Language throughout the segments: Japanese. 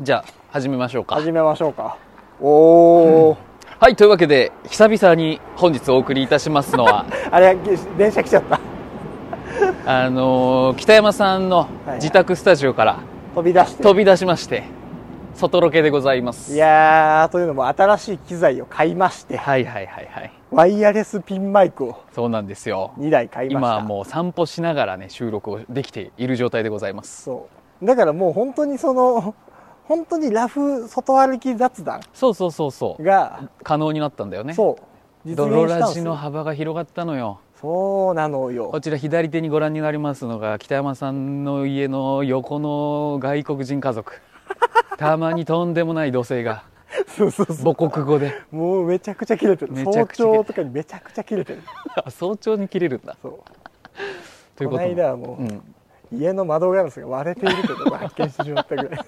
じゃあ始めましょうか始めましょうかおお、はいというわけで久々に本日お送りいたしますの はあれげ電車来ちゃったあのー北山さんのいはい自宅スタジオから飛び出して飛び出しまして外ロケでございますいやーというのも新しい機材を買いましてはいはいはいはいワイヤレスピンマイクをそうなんですよ2台買いました今はもう散歩しながらね収録をできている状態でございますそうだからもう本当にその本当にラフ外歩き雑談そうそうそうそうが、可能になったんだよねそう実現泥したラんですジのよ幅が広がったのよそうなのよこちら左手にご覧になりますのが北山さんの家の横の外国人家 族たまにとんでもない土星がそうそうそう母国語 でもうめちゃくちゃ切れてるめちゃ早くちゃ切れてる朝とかにめちゃくちゃ切れてるあ早朝に切れるんだそうというこことの間はもう、うん家の窓ガラスが割れているということを発見してしまったぐらい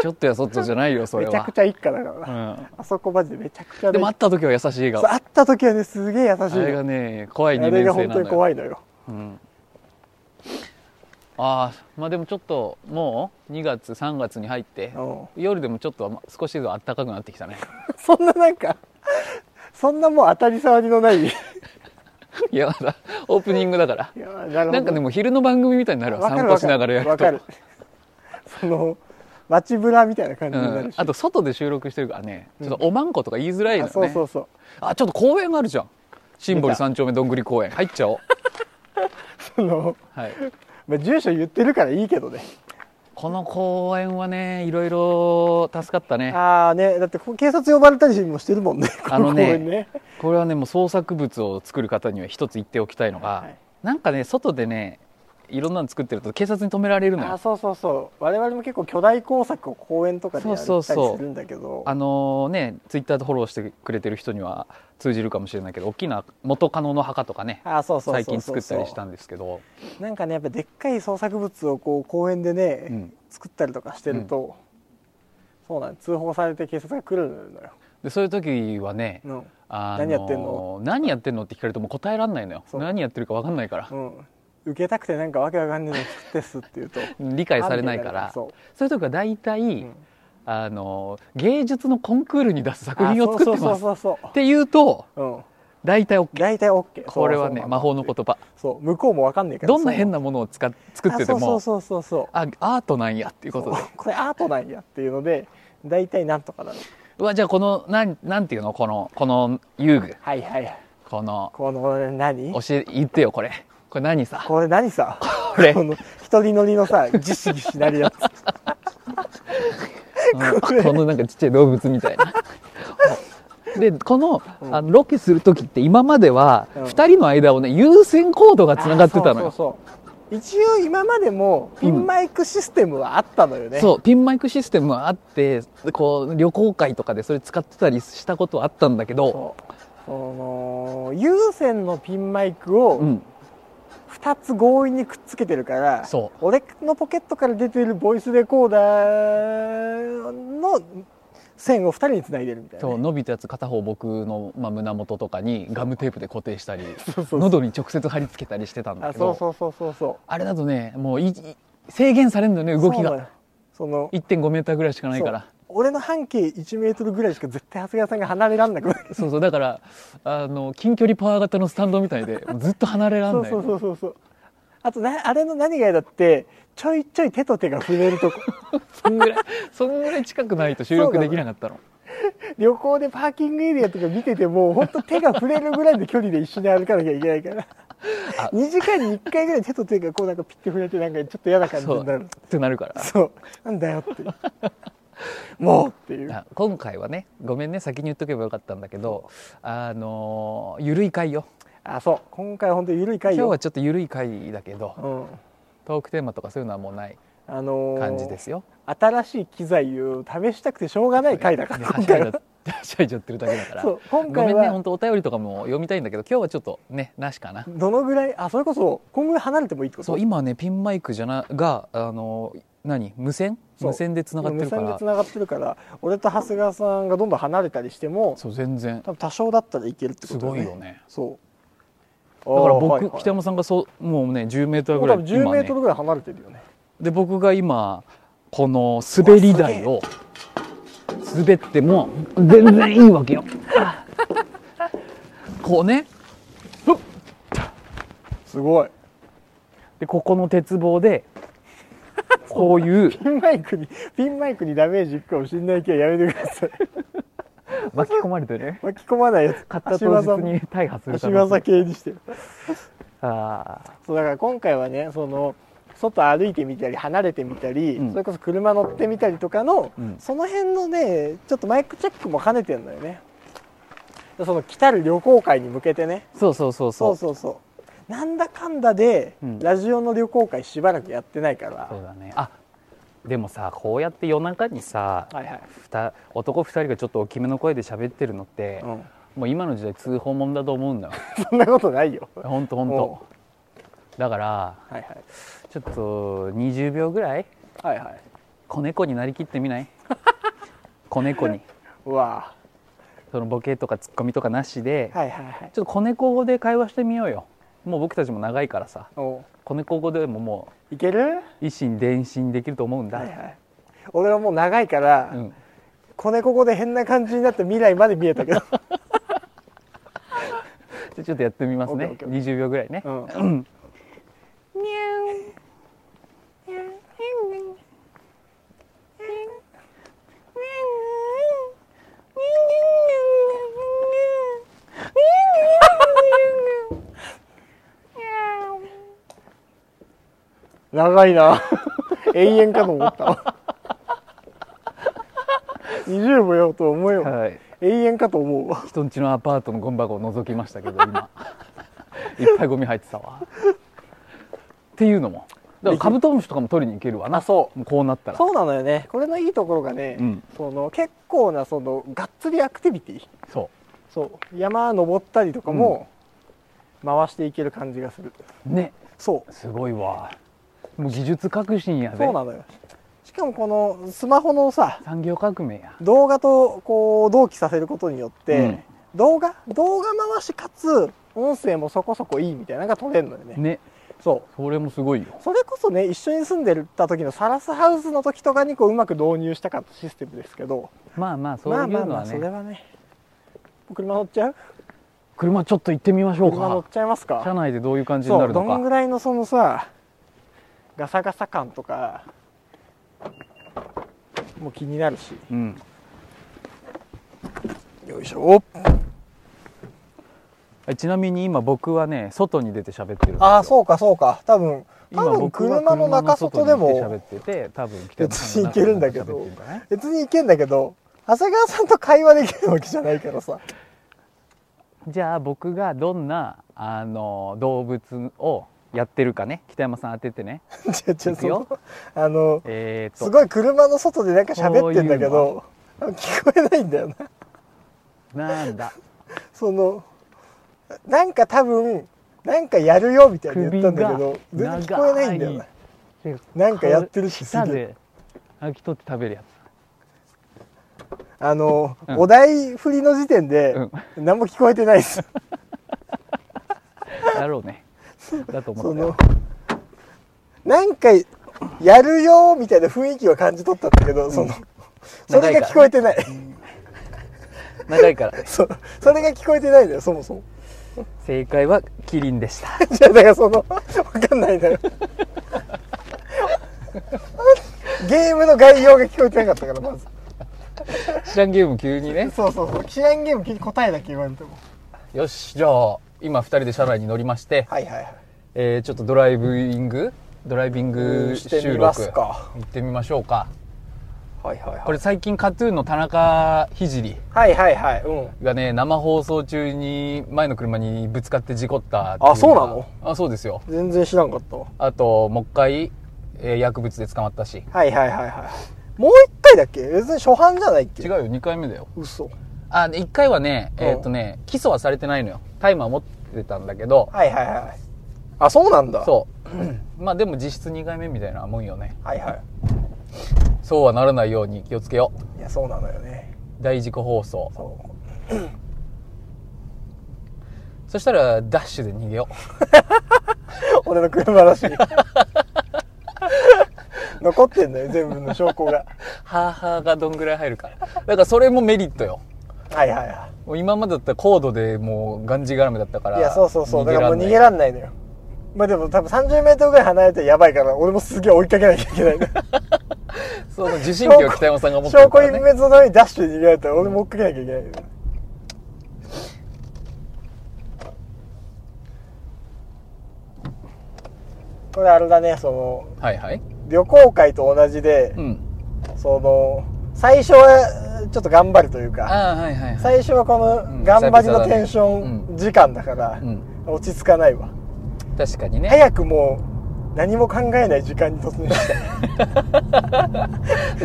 ちょっとやそっとじゃないよそれめはちゃくちゃ一家だから、うあそこまでめちゃくちゃん、でもあ会った時は優しい笑顔会った時はねすげえ優しいあれのがね怖いあ2れ年が生本な当のによ怖いのようん、ああまあでもちょっともう2月3月に入ってう夜でもちょっとま少しずつ暖かくなってきたね んそんななんか そんなもう当たり障りのないいいやまだオープニングだからやなるほどなんかでも昼の番組みたいになるわわか散る歩わしかるながらやるわとかるその街ぶらみたいな感うじになるんし、、あと外で収録してるからねちょっとおまんことか言いづらいのあね、そうそうそうあちょっと公園があるじゃんシンボリ三丁目どんぐり公園入っちゃおう その、はいまあ、住所言ってるからいいけどねこの公園はねいろいろ助かったねああねだってこ警察呼ばれたりもしてるもんねあのねこ公園ねこれはねもう創作物を作る方には一つ言っておきたいのが、はいなんかね外でねいろんなの作ってると警察に止められるのよああそうそうそう我々も結構巨大工作を公園とかでやったそうそりすうそうるんだけどのねツイッターでフォローしてくれてる人には通じるかもしれないけど大きな元カノの墓とかねあそうそうそ最うそう近そう作ったりしたんですけどなんかねやっぱでっかい創作物をこう公園でね、うん作ったりとかしてると、そうなん通報されて警察が来るのよ、でそういう時はね、うんあ何やってんの何やってんのって聞かれても答えられないのよそう何やってるか分かんないからう、ん、受けたくてなんかわけわかんないの作ってっすって言うと理解されないからそそういう時は大体、う、うんあの芸術のコンクールに出す作品を作ってますあそうそうそうっそて言うとう、うん、大体 OK 大体 OK これはね魔法の言葉そう向こうもわかんないからどんな変なものを使っ作っててあそもうそうそうそうあアートなんやっていうことでそうこれアートなんやっていうので大体なんとかなるうわじゃあこのなんなんていうのこのこの遊具はいはいはいこのこの何教え言ってよこれこれ何さこれ何さこれこの一人乗りのさギシギシなるやつうん このなんかちっちゃい動物みた いなでこのうんあのロケする時って今まではうん2人の間をね優先コードがつながってたのあよそうそうそう一応今までもピンマイクシステムはあったのよね、そうピンマイクシステムがあってこう旅行会とかでそれ使ってたりしたことはあったんだけどそうその有線のピンマイクをうん2つ強引にくっつけてるから、そ俺のポケットから出てるボイスレコーダーの線を2人につないでるみたいなそうね、伸びたやつ片方僕の、まあ、胸元とかにガムテープで固定したり そうそう喉に直接貼り付けたりしてたんだあけそうどそうそうそうそあれだとねもういい制限されるのよねう動きそうなのがよその1 5メーターぐらいしかないから俺の半径1メートルぐらいしか絶対長谷川さんが離れらんなくなるそうそうだからあの近距離パワー型のスタンドみた いでもうずっと離れらそんうないそうそうそうそうあとなあれの何が嫌だってちょいちょい手と手が触れるとこそんぐらいそんぐらい近くないと収録できなかったの旅行でパーキングエリアとか見てても本当手が触れるぐらいの距離で一緒に歩かなきゃいけないからあ2時間に1回ぐらい手と手がこうなんかピッて触れてなんかちょっと嫌な感じそうになるってなるからそうなんだよっていうもうっていうあ今回はねごめんね先に言っとけばよかったんだけどあのゆるい回よあそう今回本当ゆるい今回日よはちょっとゆるい回だけどうんトークテーマとかそういうのはもうないあのー感じですよ新しい機材を試したくてしょうがない回だかねらは今しゃい回じゃははしゃいじゃってるだけだからそう今ごめ回んね本は当お便りとかも読みたいんだけど今日はちょっとねなしかなどのぐらいあそれこそ今後離れてもいいってことそう今ねピンマイクじゃながあの何無線そう無線でつながってるか無線でらつながってるから俺と長谷川さんがどんどん離れたりしてもそう全然多分多少だったらいけるってこすとごいよねそうだから僕、あーはいはい北山さんがそうもうね10メーターもぐうら多い分10今メねートルぐらい離れてるよねで僕が今この滑り台を滑っても全然いいわけ よこうねすごいでここの鉄棒でこういうピンマイクにピンマイクにダメージいくかもしんないけどやめてくだ さい巻き込まれてね巻き込まないやつ買った当日に大破する足可能性技系にしてるああそうだから今回はねその外歩いてみたり離れてみたり、うんそれこそ車乗ってみたりとかの、うんその辺のねちょっとマイクチェックも兼ねてんだよねその来たる旅行会に向けてねそうそうそうそそううそうそうなんだかんだで、うんラジオの旅行会しばらくやってないからそうだねあでもさこうやって夜中にさ、はいはい、ふた男2人がちょっと大きめの声で喋ってるのって、うん、もう今の時代通報もんだと思うんだよそんなことないよほんとほんおとだからはいはいちょっと20秒ぐらいはいはい子猫になりきってみない 子猫にうわそのボケとかツッコミとかなしで、はいはいはいちょっと子猫語で会話してみようよもう僕たちも長いからさお子猫語でももいけるう一心伝心できると思うんだ、はいはい俺はもう長いから、うん、子猫語で変な感じになって未来まで見えたけど、じゃあちょっとやってみますオッねケーオッケー20秒ぐらいね、うん、長いな永遠かと思った わ20秒よと思えよはい永遠かと思うわ人んちのアパートのゴミ箱を覗きましたけど今 いっぱいゴミ入ってたわっていうのもだからカブトムシとかも取りに行けるわなあそうもうこうなったらそうなのよねこれのいいところがね、うんその結構なそのがっつりアクティビティそそう山登ったりとかも回していける感じがする、うねそうすごいわもう技術革新やでそうなのよしかもこのスマホのさ産業革命や動画とこう同期させることによって、動画動画回しかつ音声もそこそこいいみたいなのが撮れるのよねねそうそれもすごいよそれこそね一緒に住んでた時のサラスハウスの時とかにこううまく導入したかったシステムですけどまあまあそういうのはね、まあまあまあそれはね車乗っちゃう車ちょっと行ってみましょう車乗っかちゃいますか車内でどういう感じになそうるどのかんぐらいのそのさガサガサ感とかもう気になるしうんよいしょちなみに今僕はね外に出て喋ってるんですよああそうかそうか多分多今分僕は車の中外で車の外もに出て喋ってて多分北別に行けるんだけど北山さんの中で喋ってるんじゃない別に行けんだけど長谷川さんと会話できるわけじゃないからさ じゃあ僕がどんなあの動物をやってるかね北山さん当ててね違 う違う 行くそよのあのえー、すとごい車の外でなんか喋ってんだけど聞こえないんだよななんだそのなんか多分なんかやるよみたいに言ったんだけど首が全然聞こえないんだよななんかやってるしすげえ舌で飽き取って食べるやあの、うんお題振りの時点で何も聞こえてな いです、つだろ うねだと思そったよのなんかやるよみたいな雰囲気は感じ取ったんだけど、そのそれが聞こえてない長いからねそうそれが聞こえてないんだよそもそ も正解はキリンでしたじゃあだからそのわかんないんだ よゲームの概要が聞こえてなかったからまず知らんゲーム急にねそうそうそう知らんゲーム聞いて答えだけ言われてもよしじゃあ今2人で車内に乗りまして、はいはいはいえーちょっとドライブイングドライビンうグんして収みま録す行かってみましょうかはいはいこれ最近カトゥーンの田中聖はいはいはいうんがね生放送中に前の車にぶつかって事故ったっていあそうなのあそうですよ全然知らんかったわあともう一回、えー薬物で捕まったしはいはいはいはいもう一回だっけ別に初版じゃないっけ違うよ2回目だよ嘘あ1回はねうんえーっ、とね起訴はされてないのよタイマー持ってたんだけどはいはいはいあそうなんだそう まあでも実質2回目みたいなもんよねはいはそうはならないように気をつけよいいやそうなのよねう大事故放送そそしたらダッシュで逃げよ う俺の車らしい残ってんのよ全部の証拠がハーハーがどんぐらい入るかだからそれもメリットよはいはいはもう今までだったらコードでもうがんじがらめだったからいいやそうそうそうだからもう逃げんらんないのよまあでも多分3 0ルぐらい離れてやばいから俺もすげえ追いかけなきゃいけないのないその受信機を北山さんが持って証る拠か隠ら、ね、滅のようにダッシュで逃げられたら俺も追っかけなきゃいけないのよこれあれだねそのはいはい旅行会と同じで、うんその最初はちょっと頑張るというかああはいはいはい最初はこうんの頑張りのテンシ久々だョン時間だからうん落ち着かないわ確かにね早くもう何も考えない時間に突入 したい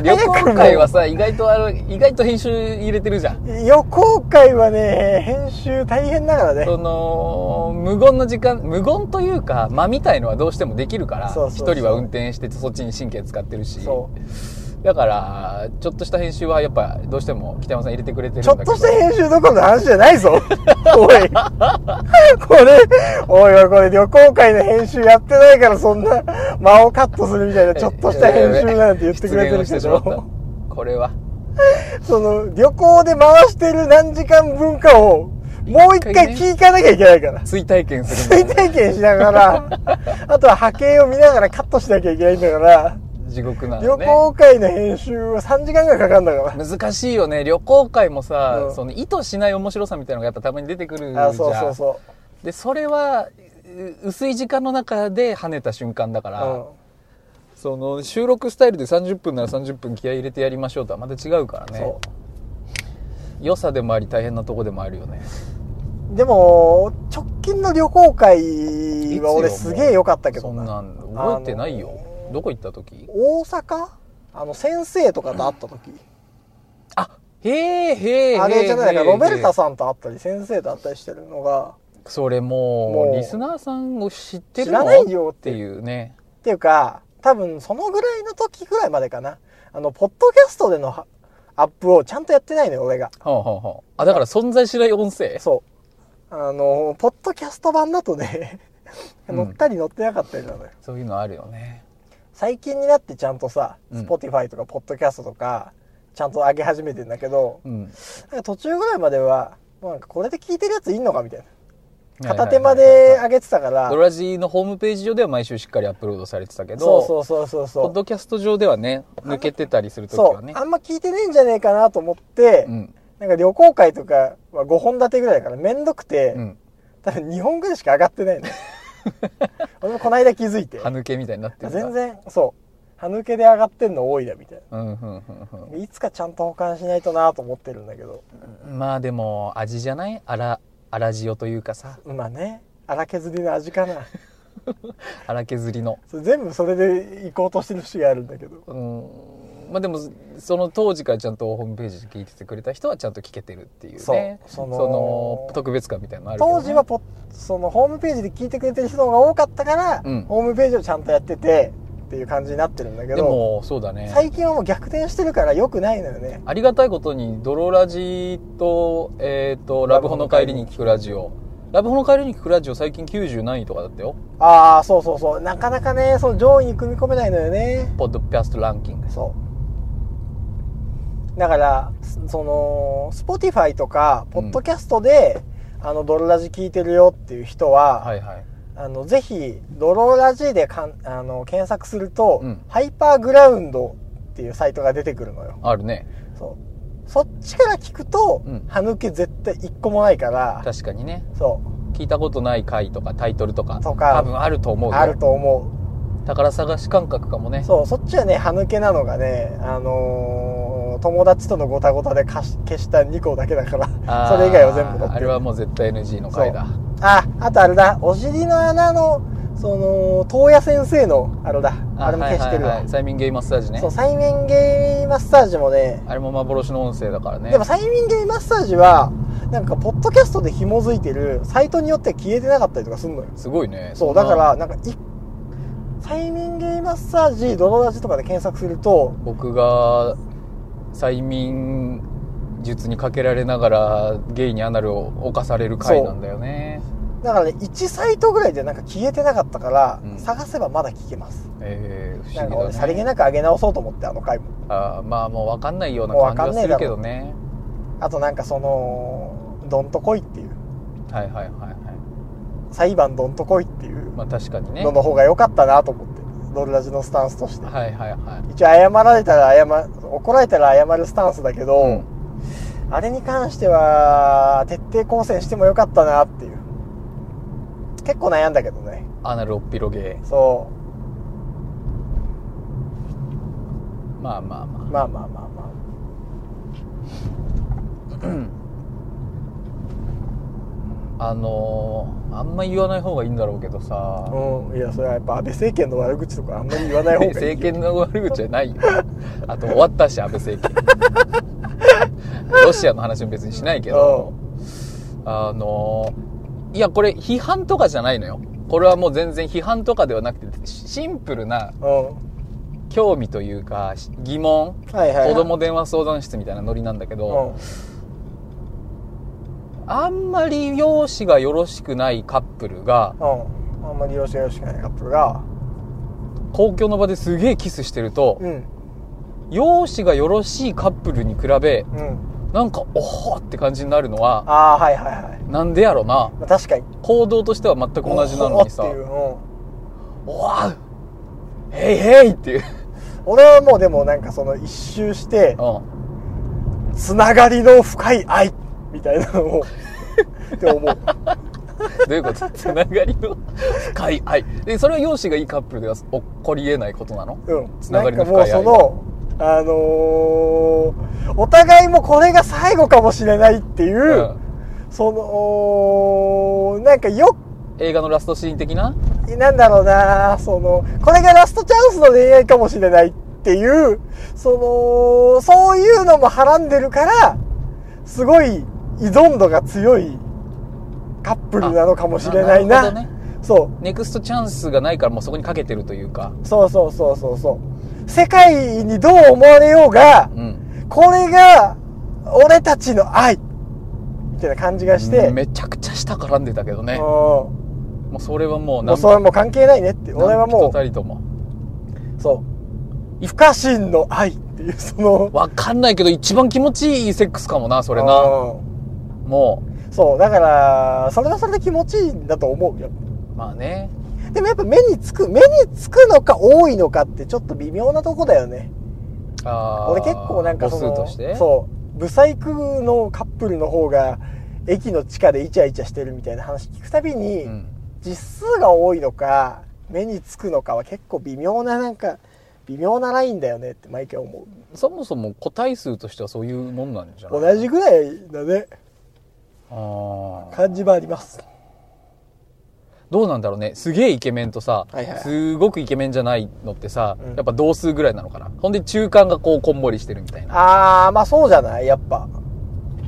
旅行会はさ意外とある意外と編集入れてるじゃん旅行会はね編集大変だからねその無言の時間無言というか間みたいのはどうしてもできるからそうそうそう一人は運転しててそっちに神経使ってるしそうだからちょっとした編集はやっぱどうしても北山さん入れてくれてるんちょだっけどとした編集どころの話じゃないぞ おいこれおいおいこれ旅行会の編集やってないからそんな間をカットするみたいなちょっとした編集なんて言ってくれてる失言をけしてしどまったこれは その旅行で回してる何時間分かをもう一回聞かなきゃいけないから追体験する追体験しながら あとは波形を見ながらカットしなきゃいけないんだからの地獄な旅のね行会の編集は3時間ぐらいかかるんだから難しいよね旅行会もさ、うんその意図しない面白さみたいなのがやっぱたまに出てくるじゃんあそうそうそでそれはう薄い時間の中で跳ねた瞬間だから、う、その収録スタイルで30分なら30分気合い入れてやりましょうとはまた違うからうん、ねそ良さでもあり大変なとこでもあるよねうでも直近の旅行会は俺すげえ良かったけそどんななん覚えてないよ、あのどこ行った時大阪あの先生とかと会った時あへえへえあれじゃないかロベルタんさんと会ったり先生と会ったりしてるのがそれももううリスナーさんを知ってる知のらないよっってていうねっていうか、多分そのぐらいの時ぐらいまでかな。あの、ポッドキャストでのはアップをちゃんとやってないのよ、俺が。はあはあはああだから存在しない音声そう。あの、ポッドキャスト版だとね、うん 乗ったり乗ってなかったりなのよ。そういうのあるよね最近になってちゃんとさ、うん Spotify とかポッドキャストとか、ちゃんと上げ始めてんだけど、うんなんか途中ぐらいまでは、もうなんかこれで聞いてるやついんのかみたいな。片手ま間で上げてたからド、ラジのホームページ上では毎週しっかりアップロードされてたけどそうそうそうそうポそッう。ドキャスト上ではね抜けてたりするときそはうね。あんま聞いてねえんじゃねえかなと思って、うんなんか旅行会とかは5本立てぐらいだからめんどくて、うん多分2本ぐらいしか上がっ てないの俺もこの間気づいて歯抜けみたいになってるから全然そう歯抜けで上がってんの多いなみたいうんうんうんな、いつかちゃんと保管しないとなと思ってるんだけどうん、まあでも味じゃない荒荒塩というかさまあね荒削りの味かな荒削りのそれ全部それで行こうとしてる節があるんだけどうんまあでもその当時からちゃんとホームページで聞いててくれた人はちゃんと聞けてるっていうねそうそのの特別感みたいなのあるけどね、当時はポッそのホームページで聞いてくれてる人の方が多かったから、うんホームページをちゃんとやっててっていう感じになってるんだけでどもそうだね最近はもう逆転してるから良くないのよねありがたいことに、ドロラジと、えっ、と、ラブホの帰りに聞くラジオ。ラブホの帰りに聞くラジオ、最近90何位とかだったよ。ああそうそうそうなかなかねその上位に組み込めないのよねポッドキャストランキング。そうだからすその Spotify とかポッドキャストで、あのドロラジ聞いてるよっていう人は、はいはい。あのぜひドロラジでかんあの検索すると、うんハイパーグラウンドっていうサイトが出てくるのよあるね。そうそっちから聞くと、うん歯抜け絶対一個もないから確かにね。そ聞いたことない回とかタイトルとか、とか多分あると思ううよ。あると思宝探し感覚かもねう。そうそっちはね歯抜けなのがねあのー友達とのごたごたで貸し消した2個だけだからあーそれ以外は全部載ってるあれはもう絶対 NG の回だ。あ、あとあれだ、お尻の穴の、その、東野先生の、あれだ、あれも消してはいるはわ。いはい催眠ゲイマッサージねそう、。催眠ゲイマッサージもね、あれも幻の音声だからね。でも催眠ゲイマッサージは、なんか、ポッドキャストで紐づいてる、サイトによっては消えてなかったりとかすんのよ。すごいね。そう、んなだか。ら、なんか、い、催眠ゲイマッサージ、泥立ちとかで検索すると、僕が催眠術にかけられながらゲイにアナルを犯される回なんだよねだからね1サイトぐらいでなんか消えてなかったから、うん探せばまだ聞けますえー、不なんか思議俺さだりげねなく上げ直そうと思ってあの回もあーまあもう分かんないようなもう分か感んじはすねえだるろけうどねあとなんかそのどんとこいっていうはいはいはいはい裁判どんとこいっていうまあ確かにねのの方が良かったなと思ってドルラジのスタンスとしてはいはいは一応謝られたら謝怒られたら謝るスタンスだけど、い、うん、あれに関しては徹底抗戦してもよかったなっていう結構悩んだけどねアナルおっぴろげそまあまあまうまあまあまあまああのー、あんま言わない方がいいんだろうけどさ、あうんいやそれはやっぱ安倍政権の悪口とかあんまり言わない方がいいよ政権の悪口じゃないよあと終わったし安倍政権ロシアの話も別にしないけどあのいやこれ批判とかじゃないのよこれはもう全然批判とかではなくてシシンプルなうん興味というかし疑問はいはいはい子供電話相談室みたいなノリなんだけど、うあんまり容姿がよろしくないカップルがんうんあんまりよろしくよろしくないカップルが公共の場ですげえキスしてるとうん容姿がよろしいカップルに比べうんなんかおほって感じになるのはああはいはいはい、なんでやろなまあ、確かに行動としては全く同じなのにさおーっていううん「おわうへいへい!」っていう、 俺はもうでもなんかその一周してうん、つながりの深い愛みたいなのをって 思うどういう ことつながりの深い愛でそれは容姿がいいカップルでは起こりえないことなのうん、つながりのな深んいか愛もうそのあのーお互いもこれが最後かもしれないっていう、うんそのなんかよ映画のラストシーン的ななんだろうなそのこれがラストチャンスの恋愛かもしれないっていうそのそういうのもはらんでるからすごい依存度が強いカップルなのかもしれないなあるほどねそうネクストチャンスがないからもうそこにかけてるというかそうそうそうそうそう世界にどう思われようが、うんこれが俺たちの愛みたいな感じがして、めちゃくちゃ舌絡んでたけどうんねももうそれはもううそれはもう関係ないねって何俺はもたりともうそう不可侵の愛っていうそのわかんないけど一番気持ちいいセックスかもなそれなうんもそうだからそれはそれで気持ちいいんだと思うようまあねでもやっぱ目につく目につくのか多いのかってちょっと微妙なとこだよねあー俺結構なんかそ母の数としてそうブサイクのカップルの方が駅の地下でイチャイチャしてるみたいな話聞くたびに、うん実数が多いのか目につくのかは結構微妙ななんか微妙なラインだよねって毎回思うそもそも個体数としてはそういうもんなんじゃない同じぐらいだねあー感じもありますどうなんだろうねすげえイケメンとさ、はいはいすごくイケメンじゃないのってさ、うんやっぱ同数ぐらいなのかなほんで中間がこうこんもりしてるみたいなあーまあそうじゃないやっぱ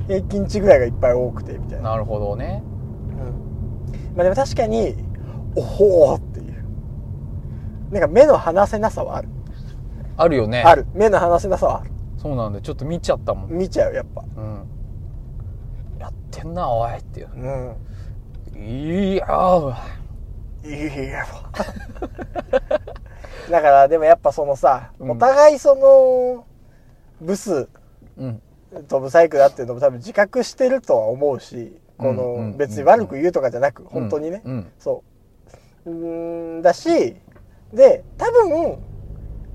平均値ぐらいがいっぱい多くてみたいな、なるほどねうん、まあでも確かにおほーっていうなんか目の離せなさはある、あるよねある目の離せなさはあるそうなんだよちょっと見ちゃったもん、見ちゃうやっぱうん、やってんなおいっていううんいやーいや だからでもやっぱそのさ、うんお互いそのブスうんとブサイクだっていうのも多分自覚してるとは思うしこうんうんうのん別に悪く言うとかじゃなく本当にね、うんうんそううーんだしで多分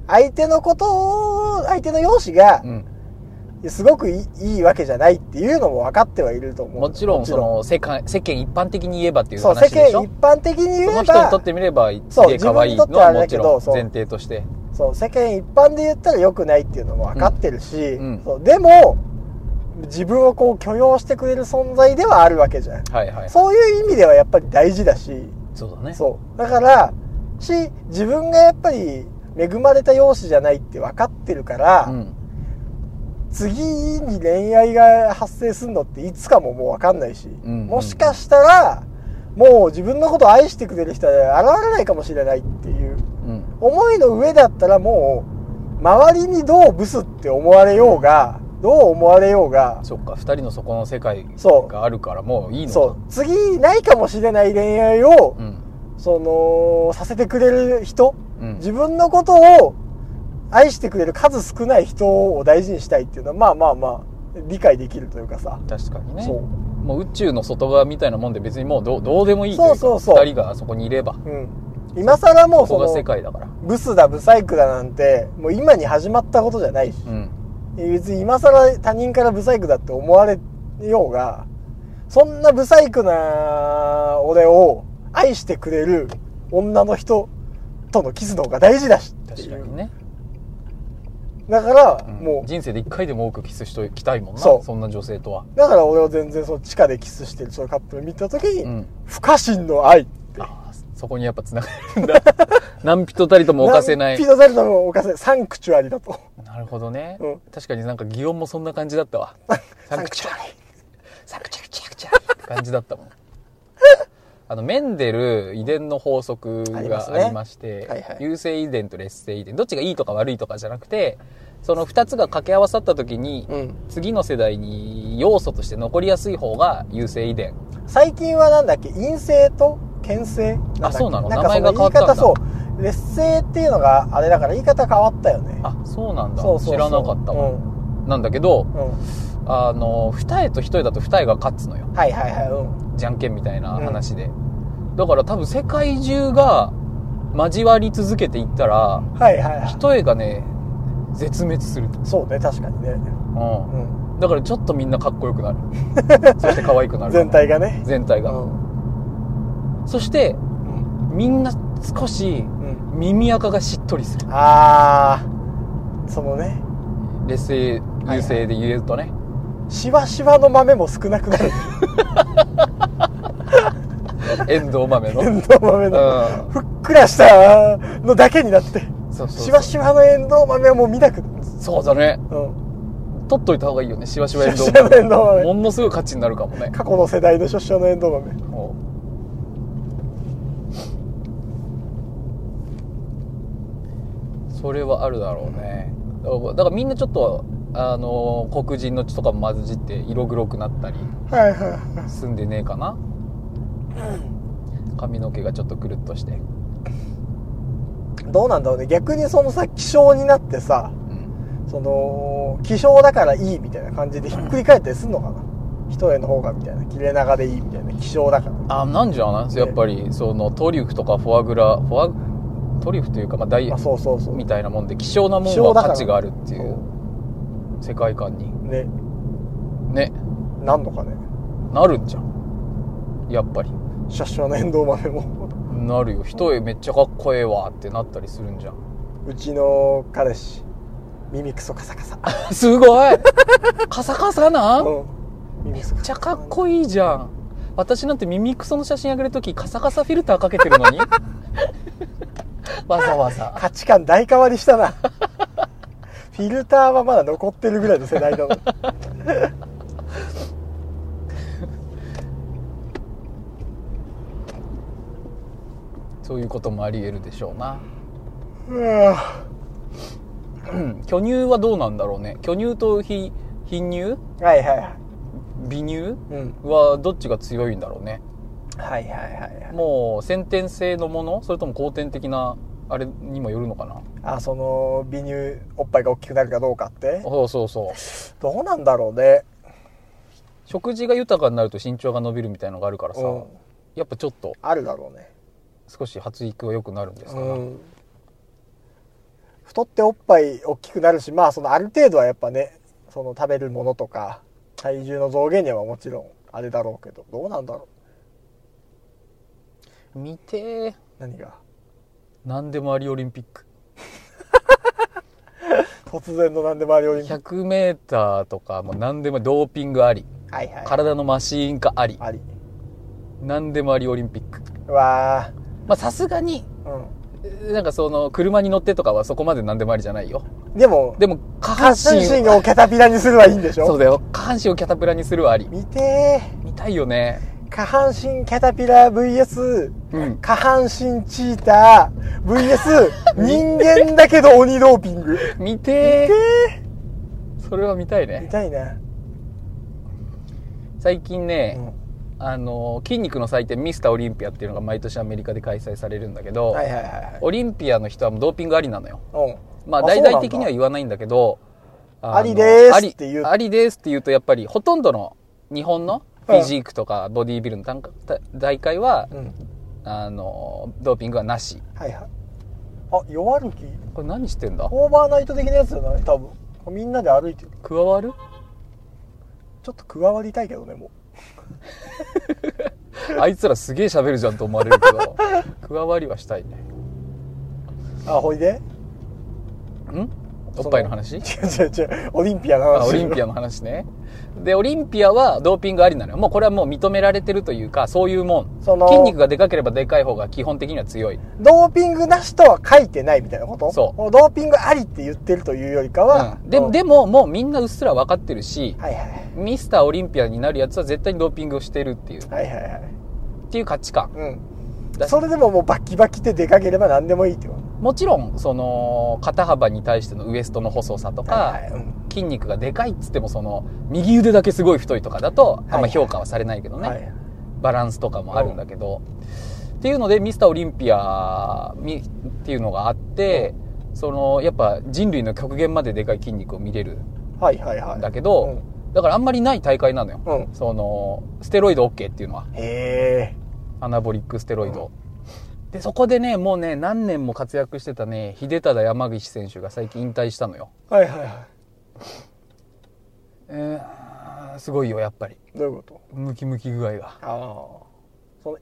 相手のことを相手の容姿がうんすごくいい,、いいわけじゃないっていうのも分かってはいると思うもちろんその世間世間一般的に言えばっていうそう話世でし間ょ一般的に言えばその人にとってみればすげえ可愛いのそう自分にとってはあはれだもけちどろんそう前提としてそう世間一般で言ったら良くないっていうのも分かってるし、んうんそうでも自分をこう許容してくれる存在ではあるわけじゃんはいはいそういう意味ではやっぱり大事だしそうだねそうだからし自分がやっぱり恵まれた容姿じゃないって分かってるから、ん、次に恋愛が発生するのっていつかももう分かんないし、うんうんもしかしたらもう自分のことを愛してくれる人は現れないかもしれないっていううん、思いの上だったらもう周りにどうブスって思われようがどう思われようがそっか、二人のそこの世界そうがあるからもういいのか。そう次ないかもしれない恋愛を、うん。そのさせてくれる人、うん自分のことを愛してくれる数少ない人を大事にしたいっていうのはまあまあまあ理解できるというかさ、確かにね。そうもう宇宙の外側みたいなもんで別にもうどうどうでもいいというか、そうそうそう二人があそこにいれば、うん、今更もうそそこが世の界だから。ブスだブサイクだなんてもう今に始まったことじゃないしうん。別に今更他人からブサイクだって思われようがそんなブサイクな俺を愛してくれる女の人とのキスの方が大事だしって確いかうにね。だから、うんもう人生で一回でも多くキスしておきたいもんな。そうそんな女性とは。だから俺は全然その地下でキスしてるそのカップル見た時に、うん。不可侵の愛ってあーそこにやっぱ繋がるんだ。 何人たりとも犯せないピ。ノザルダムを犯せないサンクチュアリだとなるほどね、うん確かになんか擬音もそんな感じだった わサンクチュアリサンクチュアリチャクチャって感じだ ったもんあのメンデル遺伝の法則ありますがねありましてはいはい優性遺伝と劣性遺伝どっちがいいとか悪いとかじゃなくてその2つが掛け合わさった時に、うん次の世代に要素として残りやすい方が優性遺伝最近はなんだっけ陰性と牽制なんだっけそうなのんかそ名前が変わったんだ言い方そう劣勢っていうのがあれだから言い方変わったよねあそうなんだそうそうそう知らなかったうわ、んなんだけどうんあの二重と一重だと二重が勝つのよはいはいはいうんじゃんけんみたいな話で、だから多分世界中が交わり続けていったらはいはいは一重がね絶滅する、いそうね確かにね、ううん、ん、だからちょっとみんなかっこよくな るそして可愛くなる全体がね全体うが、んそしてうんみんな少しうん耳垢がしっとりするああそのね劣勢優勢で言えるとね、しわしわの豆も少なく なる遠藤豆の、う エん、ンドウ豆のふっくらしたのだけになってそうそうそうしわしわのエンドウ豆はもう見なくなるそうだねうん取っといた方がいいよねしわししわわ遠し藤わのエンドウ豆豆ものすごい価値になるかもね過去の世代のしわしわのエンドウ豆もうそれはあるだろうねだからだからみんなちょっとあの黒人の血とかも混じって色黒くなったりはいはいはすんでねえかな髪の毛がちょっとくるっとして、いどうなんだろうね逆にそのさ気象になってさうん、その気象だからいいみたいな感じでひっくり返ったりすんのかな一重の方がみたいな切れ長でいいみたいな気象だからあなんじゃないやっぱりそのトリュフとかフォアグラフォアトリュフというかまあダイエまあそうそうそうみたいなもんで希少なも希ん少はだから価値があるっていう世界観にねねなんのかねなるんじゃんやっぱりシャッシャのエンドウ豆も なるよ一重めっちゃかっこええわってなったりするんじゃん うちの彼氏耳クソカサカサすごいカサカサなめっうん耳クソカちサゃカかっこいいじゃん私なんて耳クソの写真あげるときカサカサフィルターかけてるのに わざわざ価値観大変わりしたな フィルターはまだ残ってるぐらいの世代だもんそういうこともありえるでしょうな うわうん巨乳はどうなんだろうね巨乳と非貧乳はいはいはい微乳うんはどっちが強いんだろうねはいはいはいもう先天性のものそれとも後天的なあれにもよるのかなあその美乳おっぱいが大きくなるかどうかってそうそうそうどうなんだろうね食事が豊かになると身長が伸びるみたいのがあるからさ、うんやっぱちょっとあるだろうね少し発育は良くなるんですかうら、ん太っておっぱい大きくなるしまあそのある程度はやっぱねその食べるものとか体重の増減にはもちろんあれだろうけどどうなんだろう見てー何が何でもありオリンピック突然の何でもありオリンピッ 100m とかもう何でもドーピングありクはいはい体のマシーン化ありあり何でもありオリンピックうわまあさすがにーえーなんかその車に乗ってとかはそこまで何でもありじゃないようんでもでも下半下身半身をケタピラにするはいいんでしそうょだよ下半身をキャタプラにするはあり見て見たいよねー下半身キャタピラ VS うん下半身チーター VS 人間だけど鬼ドーピング。見てーえそれは見たい見ねたいね、最近うね、ん、あの筋肉の祭典ミスターオリンピアっていうのが毎年アメリカで開催されるんだけど、はいはいはいオリンピアの人はもうドーピングありなのよはいうんまあそう大なんだ々的には言わないんだけどのありですありって言うありですって言うとやっぱりほとんどの日本のフィジークとかボディービルの単価大大会は、うんあのドーピングはなしはいはいあ夜歩きこれ何してんだオーバーナイト的なやつじゃない多分みんなで歩いてる加わるちょっと加わりたいけどねもあいつらすげえ喋るじゃんと思われるけ ど加わりはしたいねうあほいでんおっぱいの話違う違う違うオリンピアのあ話オリンピアの話ねでオリンピアはドーピングありなのよもうこれはもう認められてるというかそういうもんその筋肉がでかければでかい方が基本的には強いドーピングなしとは書いてないみたいなことそうもドーピングありって言ってるというよりかは、うん、でうんでももうみんなうっすら分かってるし、はいはいミスターオリンピアになるやつは絶対にドーピングをしてるっていうっはいはいはいていう価値観うだんそれでももうバキバキって出かければ何でもいいってこともちろんその肩幅に対してのウエストの細さとか、はいはいうん筋肉がでかいっつってもその右腕だけすごい太いとかだとあんはいはまい評価はされないけどね、はいバランスとかもあるんだけど、っていうのでミスターオリンピアみっていうのがあって、そのやっぱ人類の極限まででかい筋肉を見れるはいはいはいんだけど、だからあんまりない大会なのよ、うん、うん、そのステロイド OK っていうのはへえアナボリックステロイド、でそこでねもうね何年も活躍してたね秀忠山岸選手が最近引退したのよ、はいはいはえーすごいよやっぱりいどういうことムキムキ具合がああその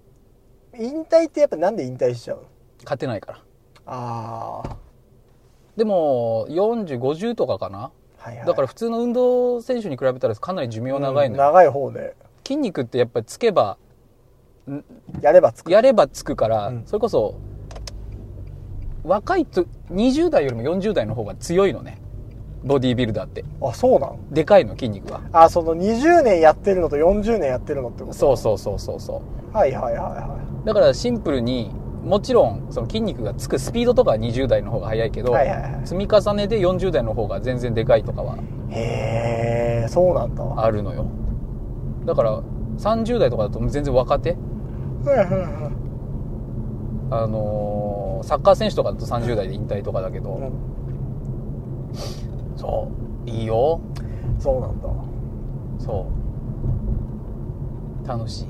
引退ってやっぱなんで引退しちゃうの勝てないからああでも4050とかかなはいはいだから普通の運動選手に比べたらかなり寿命長いうんのよ、長い方で筋肉ってやっぱりつけばやればつくやればつくから、うんそれこそ若いと20代よりも40代の方が強いのねボディービルダーってあそうなんでかいの筋肉はあその20年やってるのと40年やってるのってこそうそうそうそうそとはいはいはいはうだからシンプルにもちろんその筋肉がつくスピードとかは20代の方が速いけど、はいはいはい積み重ねで40代の方が全然でかいとかはいへえそうなんだわあるのよだから30代とかだと全然若手はいはいはいあのーサッカー選手とかだと30代で引退とかだけど、うんそういいよそうなんだそう楽しい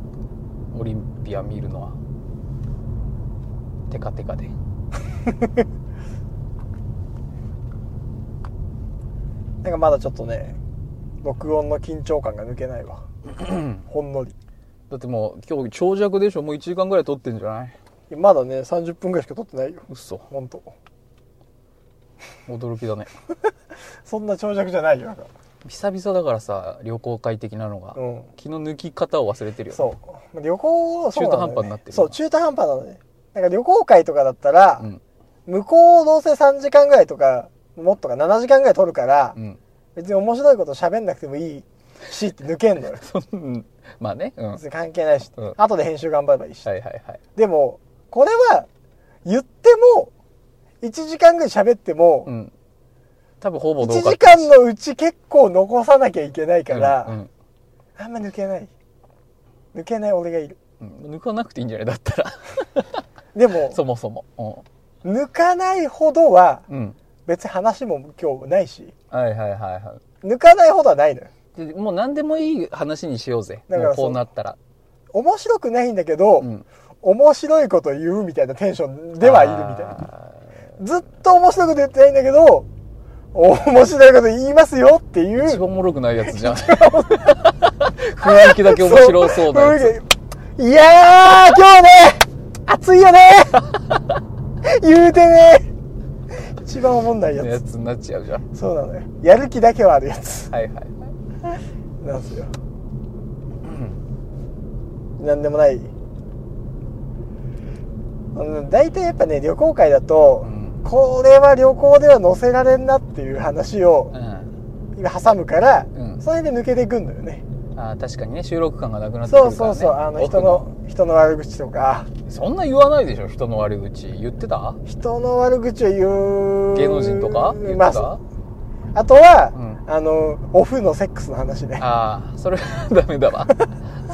オリンピア見るのはテカテカでなんかまだちょっとね録音の緊張感が抜けな いわほんのりだってもう今日長尺でしょもう1時間ぐらい撮ってんじゃないまだね30分ぐらいしか撮ってないよ嘘ほんと驚きだねそんな長尺じゃないよなんか久々だからさ旅行会的なのが、うん気の抜き方を忘れてるよそう旅行そうのよ中途半端になってるそう中途半端なのねなんか旅行会とかだったら、うん向こうどうせ3時間ぐらいとかもっとか7時間ぐらい取るから、うん別に面白いこと喋んなくてもいいしって抜けんのよそん まあねうんはい別に関係ないし、うん後で編集頑張ればいいし、はいはいでもこれは言っても1時間ぐらい喋っても、うん多分ほぼ同1化時間のうち結構残さなきゃいけないから、うんうんあんま抜けない抜けない俺がいるうん抜かなくていいんじゃないだったら でもそもそも抜かないほどはうん、うん、別に話も今日ないしはいはいはいは抜かないほどはないのよいでもう何でもいい話にしようぜだからもうこそううなったら面白くないんだけど、うん面白いこと言うみたいなテンションではいるみたいなあずっと面白いこと言ってないんだけど面白いこと言いますよっていー一う番おもろくないやつ じゃん雰囲気だけ面白そうなやつついやー今日ね暑いよね 言うてね一番おもんないやつやつになっちゃうじゃんそうなのよやる気だけはあるやつはいはいはいなんですよなんでもないうん大体やっぱね旅行会だと、うんこれは旅行では載せられんなっていう話をうん今挟むから、うんそれで抜けていくんだよねあー確かにね収録感がなくなってくるそから、うね、そうそうあの人奥の人の悪口とかそんな言わないでしょ人の悪口言ってた人の悪口を言う芸能人とか言ってまた、あそうあとは、うんあのオフのセックスの話ねああそれはダメだわ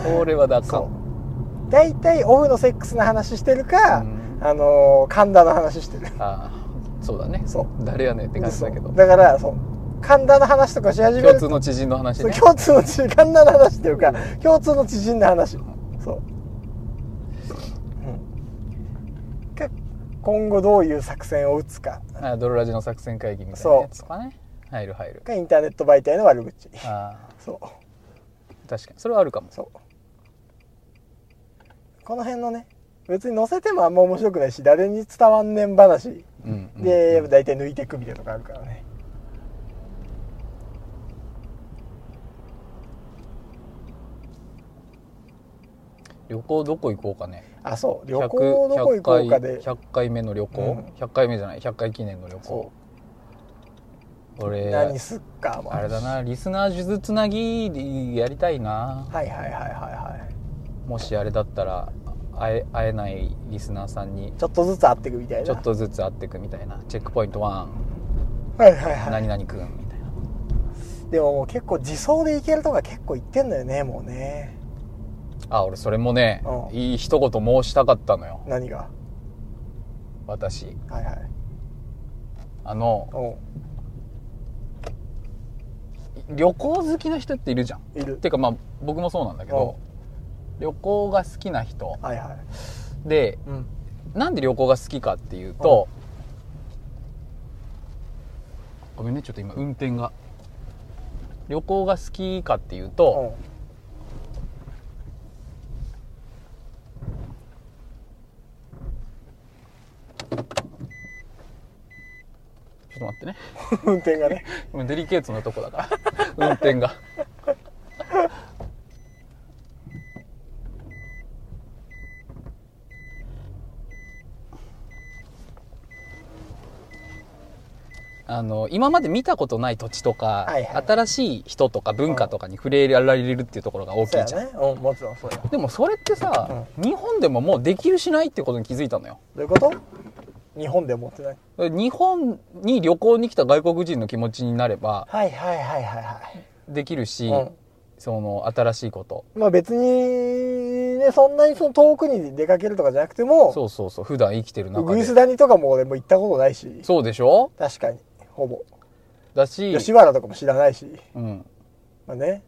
それはだかそんう大体オフのセックスの話してるか、うんあの神田の話してるああそうだねそう誰やねんって感じだけそどうだからそう神田の話とかし始め共る通との知人の話そうね共通の知人神田の話っていうか共通の知人の話そう、うん、か今後どういう作戦を打つかあドロラジの作戦会議みたいなやつとかね入る入るかインターネット媒体の悪口ああそう確かにそれはあるかもそうこの辺のね別に載せてもあんま面白くないし誰に伝わんねん話うんうんで、大体抜いていくみたいなとこあるからね旅行どこ行こうかねあそう旅100行どこ行こうか100で回100回目の旅行、うん100回目じゃない100回記念の旅そ行う俺何すっかもあるれしだなリスナー数珠つなぎやりたいなはいはいはいはいはいもしあれだったら会え会えないリスナーさんにちょっとずつ会っていくみたいなちょっとずつ会っていくみたいなチェックポイント1はいはいはい何々くんみたいなでももう結構自走で行けるとか結構行ってんのよねもうねあ俺それもねうんいい一言申したかったのよ何が私はいはいあのう旅行好きな人っているじゃんんいるてかまあ僕もそうなんだけど旅行が好きな人はいはいでうんなんで旅行が好きかっていうとごめんねちょっと今運転が旅行が好きかっていうとちょっと待ってねうん運転 がね今デリケートなとこだから 運転があの今まで見たことない土地とか、はいはい新しい人とか文化とかに触れられるっていうところが大きいそじうゃやん、ねうんもちろんそうやどでもそれってさ、日本でももうできるしないってことに気づいたのよういうこと日本で持ってない日本に旅行に来た外国人の気持ちになればはいはいはいはいはいできるし、うんその新しいことまあ別にねそんなにその遠くに出かけるとかじゃなくてもそうそうそう普段生きてるウグ中イスで谷とかも俺も行ったことないしそうでしょ確かにほぼだし、吉原とかも知らないしうん、まあね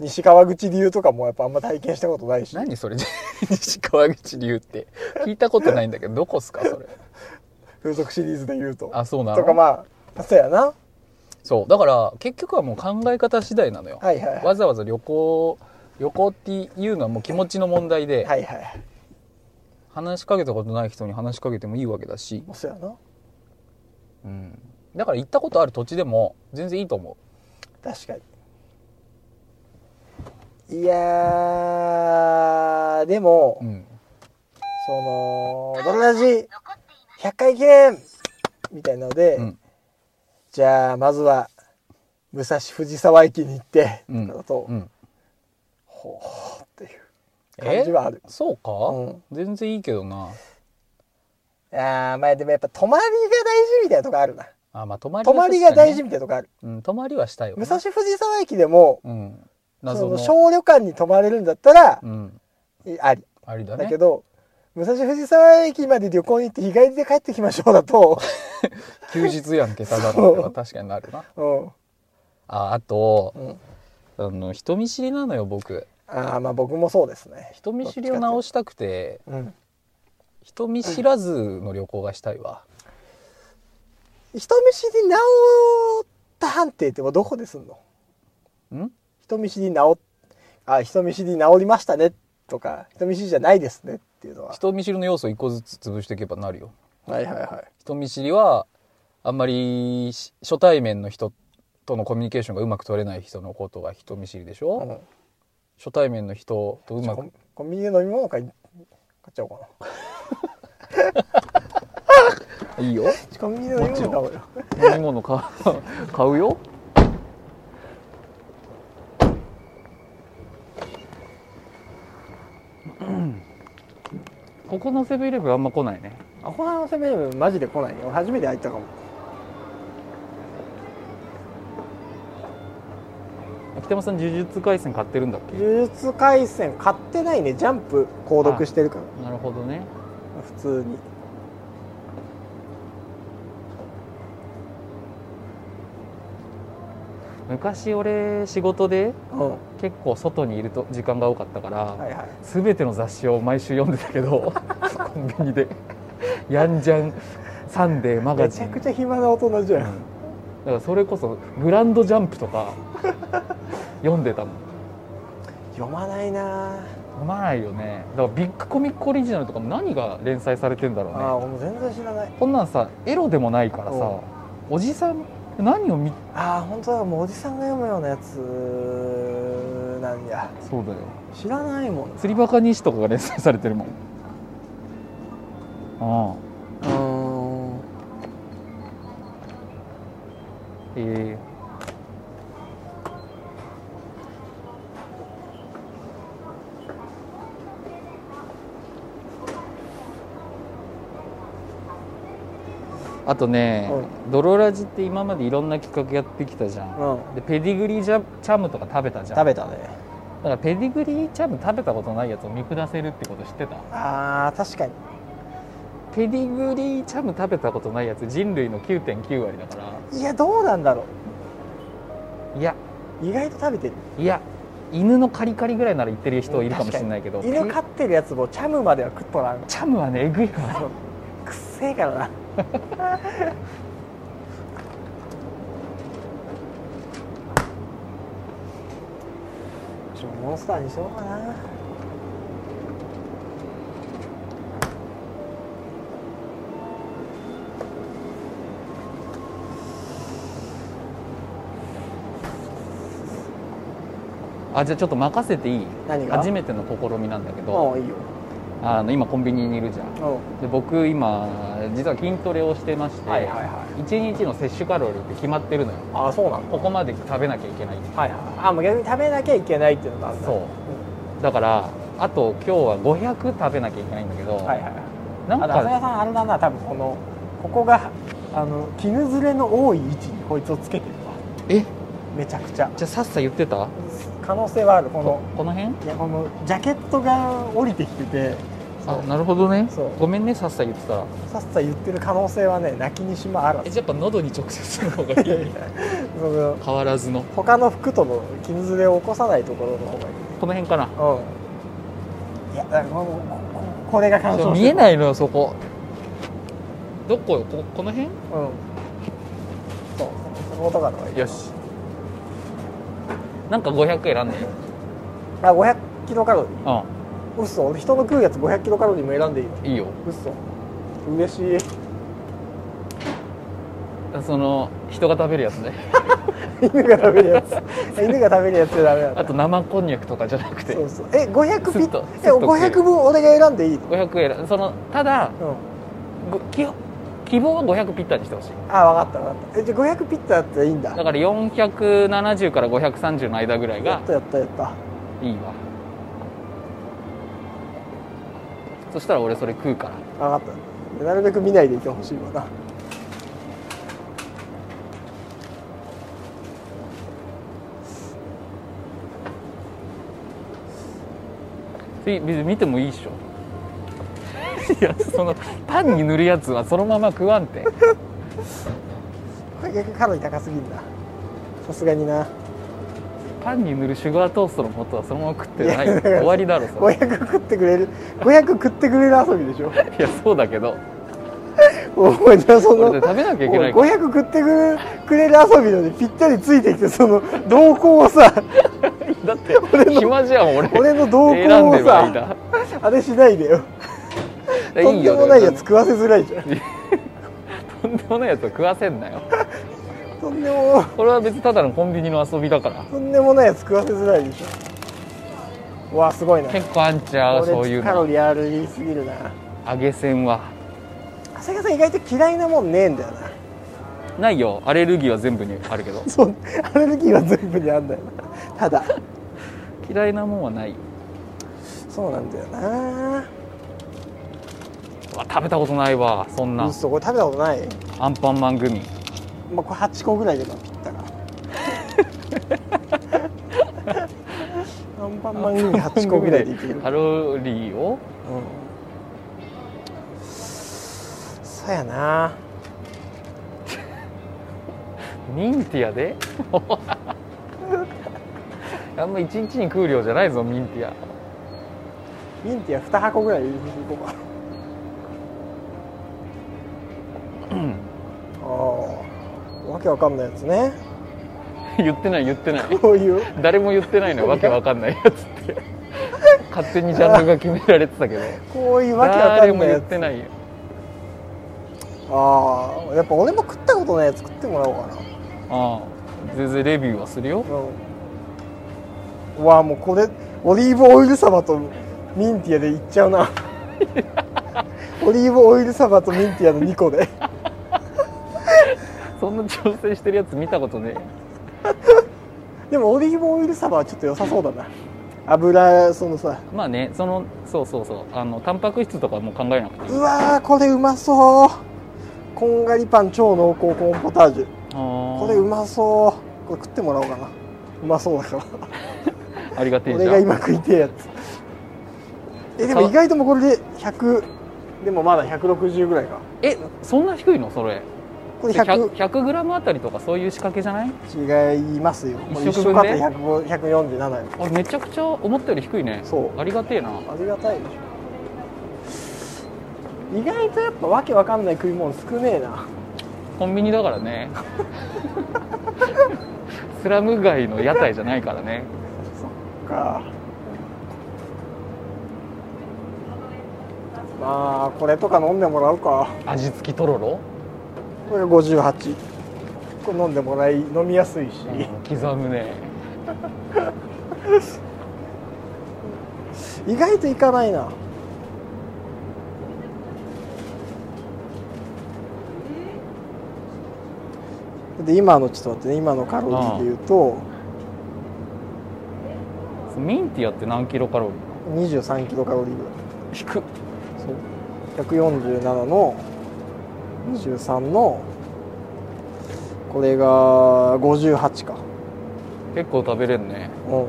西川口流とかもやっぱあんま体験したことないし何それ 西川口流って聞いたことないんだけどどこっすかそれ風俗シリーズで言うとあそうなのとかまあそうやなそうだから結局はもう考え方次第なのよ、はいはいはいわざわざ旅行旅行っていうのはもう気持ちの問題で、はいはい話しかけたことない人に話しかけてもいいわけだし、もうそうやなうん、だから行ったことある土地でも全然いいと思確かにいやーでも、う、うん、そのドロラジ100回記念みたいなので、うんじゃあまずは武蔵藤沢駅に行って、うんだと、うんほーっていうえ感じはあるそうか、うん全然いいけどなあーまあでもやっぱ泊まりが大事みたいなとこあるなあまあ泊まり泊まりが大事みたいなとこある、うん、泊まりはしたいよね、武蔵藤沢駅でもうん、そ謎のの小旅館に泊まれるんだったらう、ん、いありありだねだけど武蔵藤沢駅まで旅行に行って日帰りで帰ってきましょう だと、休日やんけただそのうっ ては確かになるなうんああとうん、あの人見知りなのよ僕ああまあ僕もそうですね人見知りを直したくてうん人見知らずの旅行がしたいわ、人見知り治った判定ってもうどこですんのん人見知り治っあ人見知り治りましたねとか人見知りじゃないですねっていうのは人見知りの要素を一個ずつ潰していけばなるよはいはいはい人見知りはあんまりし初対面の人とのコミュニケーションがうまく取れない人のことが人見知りでしょ、うん初対面の人とうまコくンコンビニで飲み物買い買っちゃおうかいいよなコンビニで飲み物買おうよ飲み物買う 買うよここのセブンイレブンあんま来ないねアホなのセブンイレブンマジで来ないよ初めて入ったかも北山さん呪術廻戦買ってるんだっけ呪術廻戦買ってないねジャンプ購読してるからなるほどね普通に昔俺仕事でうんは結構外にいると時間が多かったから、いはい全ての雑誌を毎週読んでたけど コンビニで「やんじゃん」「サンデー」「マガめジちン」ゃくちゃ暇な大人じゃうんんだからそれこそ「グランドジャンプ」とか 読んでたもん読まないな読まないよねだからビッグコミックオリジナルとかも何が連載されてんだろうあねあ俺も全然知らないこんなんさエロでもないからうさおじさん何を見ああ本当だもうおじさんが読むようなやつなんやそうだよ知らないもん釣りバカ西とかが連載されてるもんああうーんえーあとね、ドロラジって今までいろんな企画やってきたじゃん、うんでペディグリージャチャムとか食べたじゃん食だべたねからペディグリーチャム食べたことないやつを見下せるってこと知ってたああ確かにペディグリーチャム食べたことないやつ人類の9.9割だからいやどうなんだろいやう意外と食べてるいや犬のカリカリぐらいなら言ってる人いるかもしれないけど犬飼ってるやつもチャムまでは食っとらんチャムはねえぐいわそうくっせえからな ちょモンスターにしようかなあじゃあちょっと任せていい何が初めての試みなんだけどもういいよあの今コンビニにいるじゃんうんで僕今実は筋トレをしてまして、はいはいはい1日の摂取カロリーって決まってるのよああそうなんだここまで食べなきゃいけないってはいはいあもう逆に食べなきゃいけないっていうのがあるんだそうだからあと今日は500食べなきゃいけないんだけど、はいはいはいなんあの浅田かさんあれだな多分このここがあの絹ずれの多い位置にこいつをつけてるわえめちゃくちゃじゃあさっさ言ってた可能性はあるこのここの辺いやこのジャケットが降りてきててあなるほどねそうごめんねさっさ言ってたらさっさ言ってる可能性はね泣きにしもあるわえじゃあやっぱ喉に直接の方がいいその変わらずの他の服との絹ずれを起こさないところの方がいこの辺かないうんいやだからこのこここれが干渉見えい、ないのよそこどこよここの辺うん、そうそことかの方がいいよしなんか500選んでよあ500キロカロリーあ嘘俺人の食うやつ500キロカロリーも選んでいいのいいよ嘘嬉しい その人が食べるやつね犬が食べるや つ犬が食べるやつじゃダメなんだあと生こんにゃくとかじゃなくてそうそうえ500スピッとッスッえと食える500分俺が選んでいいの500選んそのただうんご希望希望は500ピッタにしてほしいあ分かった分かったえじゃあ500ピッタだったらいいんだだから470から530の間ぐらいやがったやったやったいいわそしたら俺それ食うから分かったなるべく見ないでいてほしいわなえ別に見てもいいっしょ いやそのパンに塗るやつはそのまま食わんてこれ逆にカロリー高すぎんださすがになパンに塗るシュガートーストのことはそのまま食ってないいや終わりだろそれい500食ってくれる500食ってくれる遊びでしょやそうだけどお前じゃあそこのれで食べなきゃいけないから500食ってくれるくれる遊びのにぴったりついてきてその動向を さだって暇じゃん俺俺の動選ん向でをる間さあれしないでよいとんいでよもないやつ食わせづらいじゃんとんでもないやつは食わせんなよとんでもこれは別にただのコンビニの遊びだからとんでもないやつ食わせづらいでしょうわすごいな結構あんちゃうそういうカロのリーあるすぎるな揚げせんは浅香さん意外と嫌いなもんねえんだよなないよアレルギーは全部にあるけどそうアレルギーは全部にあんだよなただ嫌いなもんはないよそうなんだよなうわ食べたことないわそんな嘘これ食べたことない、アンパンマングミ まあ、これ8個ぐらいで買ったからアンパンマンに8個ぐらいでいけるカロリーをうんそうやなミンティア であんま一日に食う量じゃないぞミンティアミンティア2箱ぐらい入れていこうかああわけわかんないやつね言ってない言ってないこういう誰も言ってないのよわけわかんないやつって勝手にジャンルが決められてたけどこういうわけわか誰んもない言やっつてないよああやっぱ俺も食ったことないやつ食ってもらおうかなああ全然レビューはするようんうわあもうこれオリーブオイルサバとミンティアでいっちゃ うなオリーブオイルサバとミンティアの2個でそんな調整してるやつ見たことねでもオリーブオイルサバはちょっと良さそうだな油そのさえまあねそのそうそうそうあのタンパク質とかも考えなくていいうわーこれうまそうこんがりパン超濃厚コーンポタージュここれうまそうこれ食ってもらおうかなうまそうだからありがてえじ俺ゃんが今食いてえやつえでも意外ともうこれで100でもまだ160ぐらいかえそんな低いのそれこれ100 100, 100グラムあたりとかそういう仕掛けじゃない違いますよ一一食食分買でって147円あめちゃくちゃ思ったより低いねそうありがてえなありがたいでしょ意外とやっぱわけわかんない食い物少ねえなコンビニだからね スラム街の屋台じゃないからねかまあこれとか飲んでもらうか味付きとろろ、これ58これ飲んでもらい飲みやすいし刻むね意外といかないなで今のちょっと待ってね今のカロリーで言うとミンティアって何キロカロリー23キロカロリーぐらい低っそう147の23のこれが58か結構食べれるねうん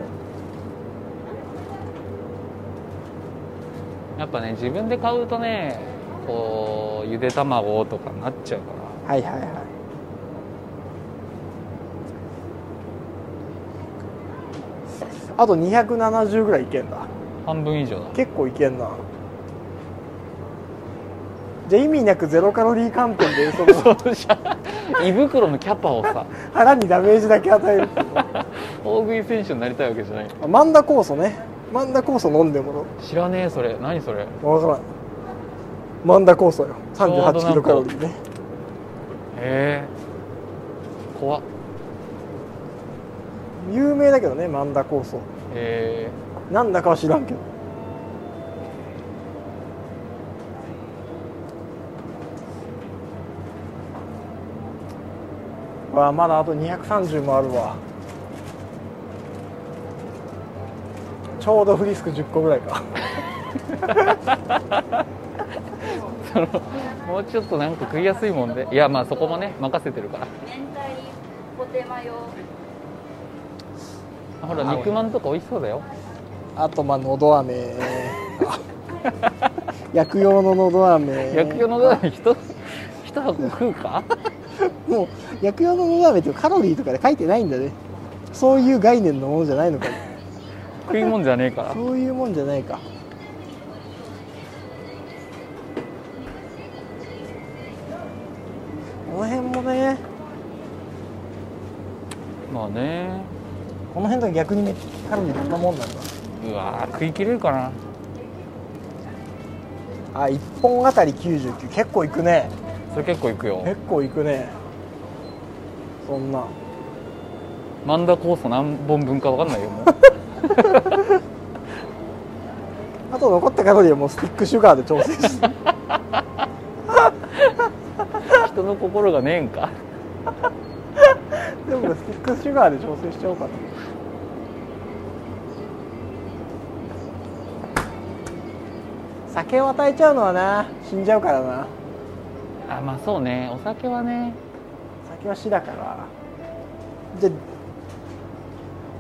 やっぱね自分で買うとねこうゆで卵とかなっちゃうかはいはいはいあと270ぐらいいけんだら半分以上だ結構いけんなじゃあ意味なくゼロカロリー寒天でその 胃袋のキャパをさ腹にダメージだけ与える大食い選手になりたいわけじゃないマンダ酵素ねマンダ酵素飲んでもらおう知らねえそれ何それ分からんマンダ酵素ようどなんか38キロカロリーねへえ怖っ有名だけどねマンダ酵素へなんだかは知らんけどわあまだあと230もあるわちょうどフリスク10個ぐらいかえそのもうちょっとなんか食いやすいもんでいやまあそこもね任せてるから明太ポテマヨあほら肉まんとか美味しそうだよあとまあのど飴 薬用ののど飴薬用のどらひと一箱食うかもう薬用ののど飴ってカロリーとかで書いてないんだねそういう概念のものじゃないのか食いもんじゃねえからそういうもんじゃないかこの辺もねまあねこの辺と逆にめっちゃカロリー高なもんなんだうわー食い切れるかなあ1本あたり99結構いくねそれ結構いくよ結構いくねそんなマンダ酵素何本分か分かんないよもうあと残ったカロリーはもうスティックシュガーで調整して人の心がねえんかでもスティックシュガーで調整しちゃおうかな酒を与えちゃうのはな死んじゃうからなあまあそうねお酒はね酒は死だからじゃあ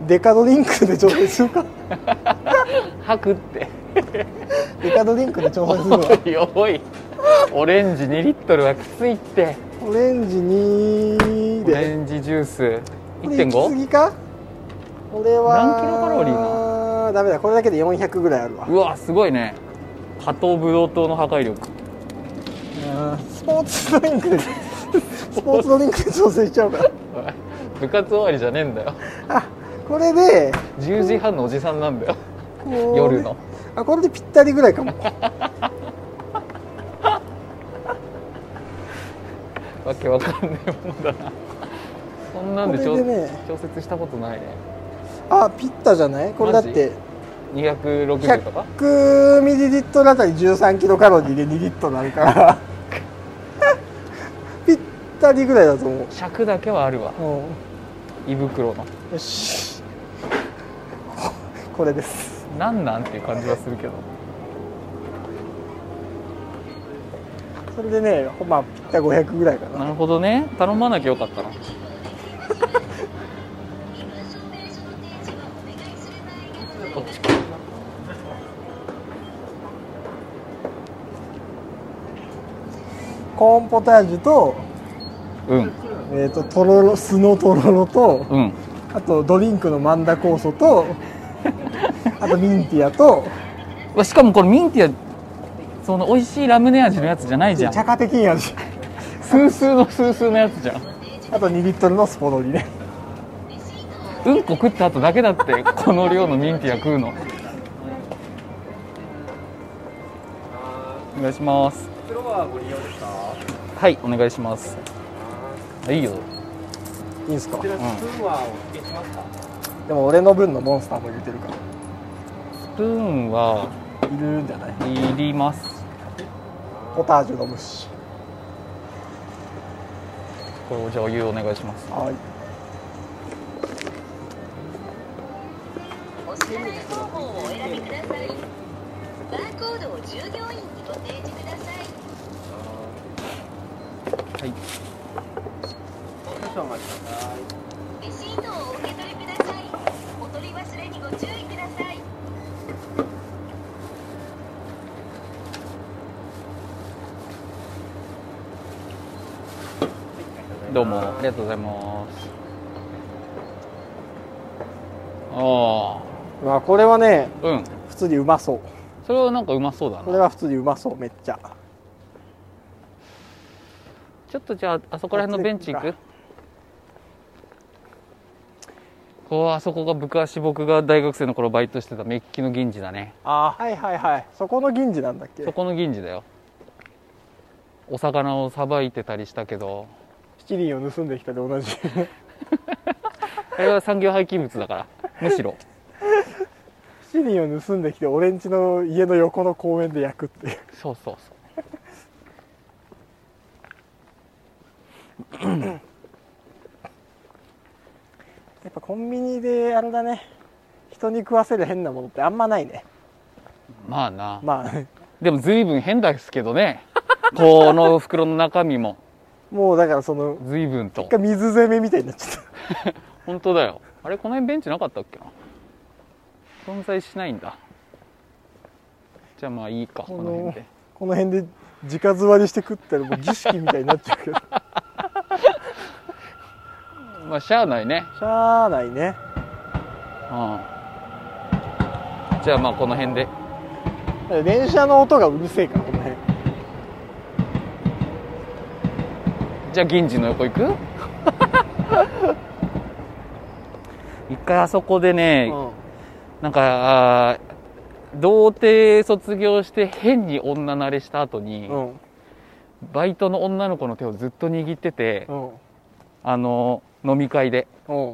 デカドリンクで調整 するか吐くってデカドリンクで調整するわ おいおいオレンジ2リットルはきついってオレンジ2オレでンジジュースこれ行き過 1.5? ぎかこれは何キロカロリーなダメだこれだけで400ぐらいあるわうわすごいね加藤ブドウ糖の破壊力スポーツドリンクでスポーツドリンクで調整しちゃうから部活終わりじゃねえんだよあこれで10時半のおじさんなんだよこれ夜のあこれでぴったりぐらいかもわけわかんねえものだなそんなんでこ調れでね調節したことないねあピッタじゃないこれだって260とか100ミリリットルあたり13キロカロリーで2リットルあるから ぴったりぐらいだと思尺だけはあるわう、胃袋のうん、よしこれですなんなんっていう感じはするけどそれでねまあぴったり500ぐらいかななるほどね頼まなきゃよかったなこっちかコーンポタージュと,、うんえー、ととろろ酢のとろろとうんあとドリンクのマンダ酵素 とあとミンティアとわしかもこれミンティアその美味しいラムネ味のやつじゃないじゃん茶化的に味スースーのスースーのやつじゃんあと2リットルのスポドリねうんこ食った後だけだってこの量のミンティア食うのお願いしますはいお願いしますいいよいいんすかスでも俺の分のモンスターも入れてるからプーンはいるんじゃないいりますポタージュ飲むしこれじゃあお湯お願いしますはいお支払い方法をお選びくださいバーコードを従業員にご提示くださはいいレシートをお受け取りくださいお取り忘れにご注意くださいどうもありがとうございますあまあこれはねあうん普通にうまそうそれはなんかうまそうだこれなは普通にうまそうめっちゃちょっとじゃああそこら辺のベンチ行こっくちでこうあそこが昔僕が大学生の頃バイトしてたメッキの銀次だねあはいはいはいそこの銀次なんだっけそこの銀次だよお魚をさばいてたりしたけど七輪を盗んできたで同じ あれは産業廃棄物だからむしろ七輪を盗んできて俺んちの家の横の公園で焼くっていうそうそうそうやっぱコンビニであれだね人に食わせる変なものってあんまないねまあなまあでも随分変ですけどねこの袋の中身ももうだからその随分と一回水攻めみたいになっちゃっ本当だよあれこの辺ベンチなかったっけな存在しないんだじゃあまあいいかここのの辺でたこの辺で直座りして食ったらもう儀式みたいになっちゃう けどしまあしゃあないねゃあないねうんじゃあまあこの辺で電車の音がうるせえからこの辺じゃあ銀次の横行く一回あそこでね、なんかあー童貞卒業して変に女慣れした後に、うんうんバイトの女の子の手をずっと握ってて、うんあの飲み会でうん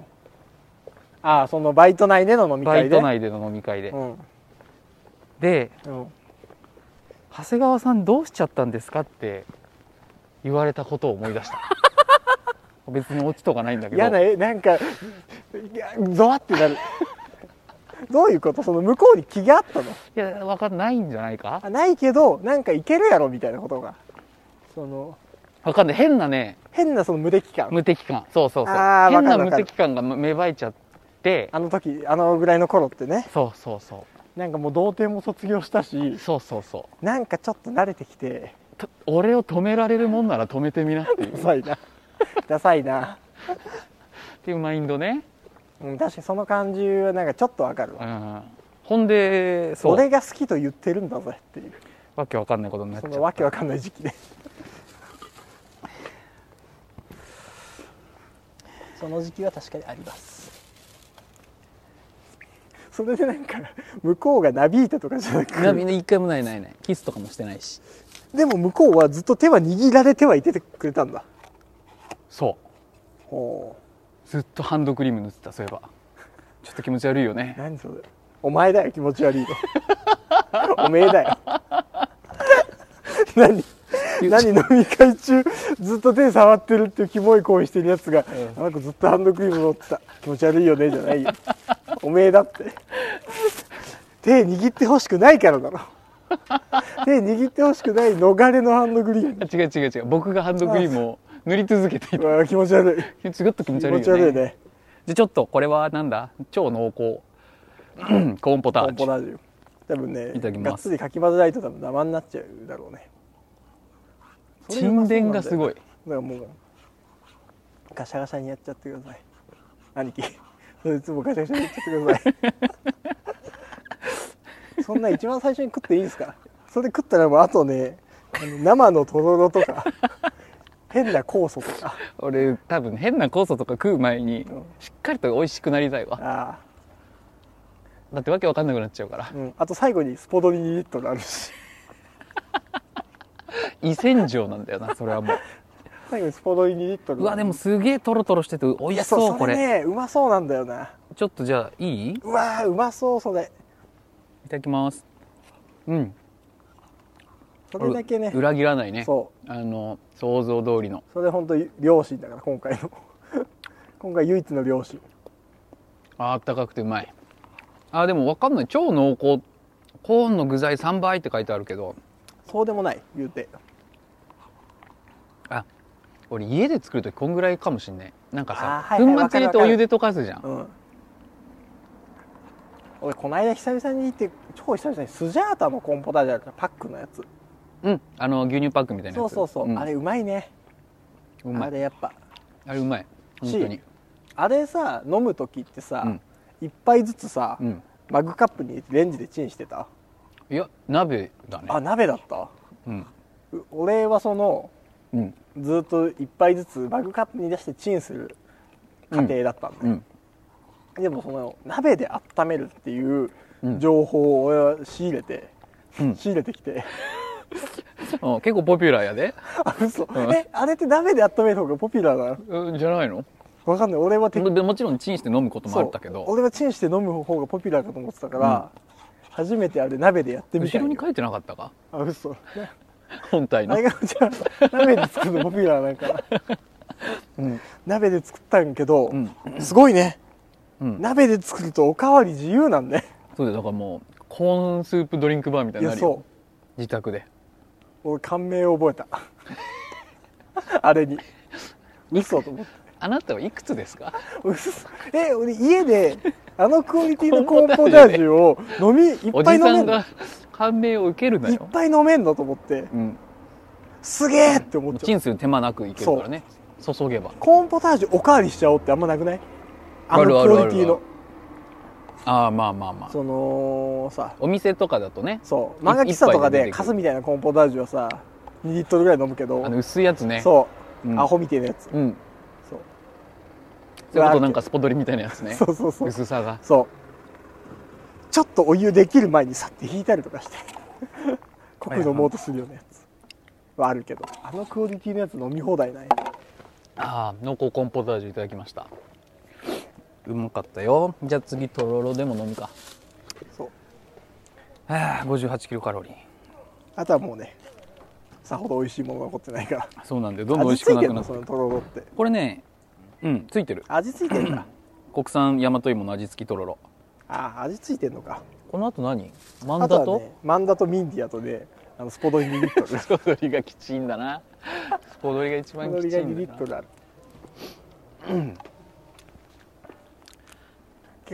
ああそのバイト内での飲みバ会イでト内での飲み会で、うんでうん長谷川さんどうしちゃったんですかって言われたことを思い出した 別にオチとかないんだけど嫌なえなんかいやゾワってなる どういうことその向こうに気があったのいやわかんないんじゃないかあないけどなんかいけるやろみたいなことがそのわかんない変なね変なその無敵感無敵感そうそうそうあー変なわかるわ無かる敵感が芽生えちゃってあの時あのぐらいの頃ってねそうそうそなんかもう童貞も卒業したうしそうそうそなんかちょっと慣れてきてうと俺を止められるもんなら止めてみな っていうダっサいなダサいな、ていうマインドね、うん、確かにその感じはなんかちょっとわかるうわん、ほんでそう俺が好きと言ってるんだぜっていうわけわかんないことになっちそゃのうわけわかんない時期で その時期は確かにありますそれでなんか向こうがなびいたとかじゃなくなみんな一回もないないないキスとかもしてないしでも向こうはずっと手は握られてはいててくれたんだそうほずっとハンドクリーム塗ってたそういえばちょっと気持ち悪いよねう何それお前だよ気持ち悪いの おめえだよ 何何飲み会中ずっと手触ってるっていうキモい行為してるやつが、なんかずっとハンドクリーム乗ってた気持ち悪いよねじゃないよおめえだって手握ってほしくないからだろ手握ってほしくない逃れのハンドクリーム違う違う違う僕がハンドクリームを塗り続けていうわ気持ち悪いたちょっと気持ち気悪いよ持ねち悪いねでちょっとこれはなんだ超濃厚コーンポタコーンジポュラージュ多分ねいただきますがっつりかき混ぜないと多分ダマになっちゃうだろうねそれう沈ま殿そうなんだよがすごいだからもうガシャガシャにやっちゃってください兄貴そいつもガシャガシャにやっちゃってくださ いそんな一番最初に食っていいですかそれ食ったらもうあとねあの生のとろろ とか変な酵素とか俺多分変な酵素とか食う前にんしっかりと美味しくなりたいわあだってわけわかんなくなっちゃうからー、うん、あと最後にスポドリ2リットルあるし胃洗浄なんだよなそれはもう最後にスポドリ2リットルうわでもすげえトロトロしてて美味しそうこれねうまそうなんだよなちょっとじゃあいいいうわーうまそうそれただきますうんそれだけね裏切らないねそうあの想像通りのそれ本当に両親だから今回の 今回唯一の両親あーあったかくてうまいあーでもわかんない超濃厚コーンの具材3倍って書いてあるけどそうでもない言うてあ俺家で作る時こんぐらいかもしんないなんかさ、あーはいはい粉末入れてお湯で溶かすじゃんうん俺こないだ久々に行って超久々にスジャータのコーンポタージュあるじゃんパックのやつうんあの牛乳パックみたいなそやうつそうそう、んあれうまいねうまあいれやっぱあれうまい本し当にあれさ飲む時ってさ、うん一杯ずつさ、うんマグカップに入れてレンジでチンしてたいや鍋だねあ鍋だったうんう俺はそのうんずっと一杯ずつマグカップに出してチンする過程だったんだよ、うんでもその鍋で温めるっていううん情報を俺は仕入れて、うん仕入れて きてあ結構ポピュラーやであ嘘、んえあれって鍋で温める方がポピュラーなのうんじゃないのわかんない俺はてでもちろんチンして飲むこともそあうったけど俺はチンして飲む方がポピュラーかと思ってたから、初めてあれ鍋でやってみた後いろに書いてなかったかあ 嘘な本体あのれがじゃあ鍋で作るのポピュラーなんかな、鍋で作ったんけど、うんすごいね、うん鍋で作るとおかわり自由なんねそうだよだからもうコーンスープドリンクバーみたいいになやるそうよ自宅で俺感銘を覚えた あれに嘘と思ってあなたはいくつですか嘘え俺家であのクオリティのコーンポタージュを飲みいおっぱいじ飲さめんんのいが感銘を受けるなっよ、ぱい飲めんのと思ってうん、すげえって思っちチゃうンする手間なくいけるからね注げばコーンポタージュおかわりしちゃおうってあんまなくないあのあクるあるオリティのあるああまあまあまあそのさお店とかだとねそう漫画喫茶とか一杯で出てくでるカスみたいなコーンポタージュはさ2リットルぐらい飲むけどあの薄いやつねそう、うんアホみたいなやつうんそうそれこそなんかスポドリみたいなやつねそうそうそう薄さがそうちょっとお湯できる前にさって引いたりとか して濃く飲もうとするようなやつはあるけどあのクオリティのやつ飲み放題ないああ濃厚コンポタージュいただきましたうまかったよじゃあ次とろろでも飲むかそうああ58キロカロリーあとはもうねさほど美味しいものが残ってないからそうなんだよどんどん美味しく味付いなてくんなのってそのとろろってこれねうんついてる味付いて んだ国産大和芋の味付きとろろああ味付いてんのかこの後何マンあダととはねマンダとミンディアとねあのスポドリ2リッ トルススポドリがきちいんだなスポドリが一ポ番ドきちリいが2んリだなットルある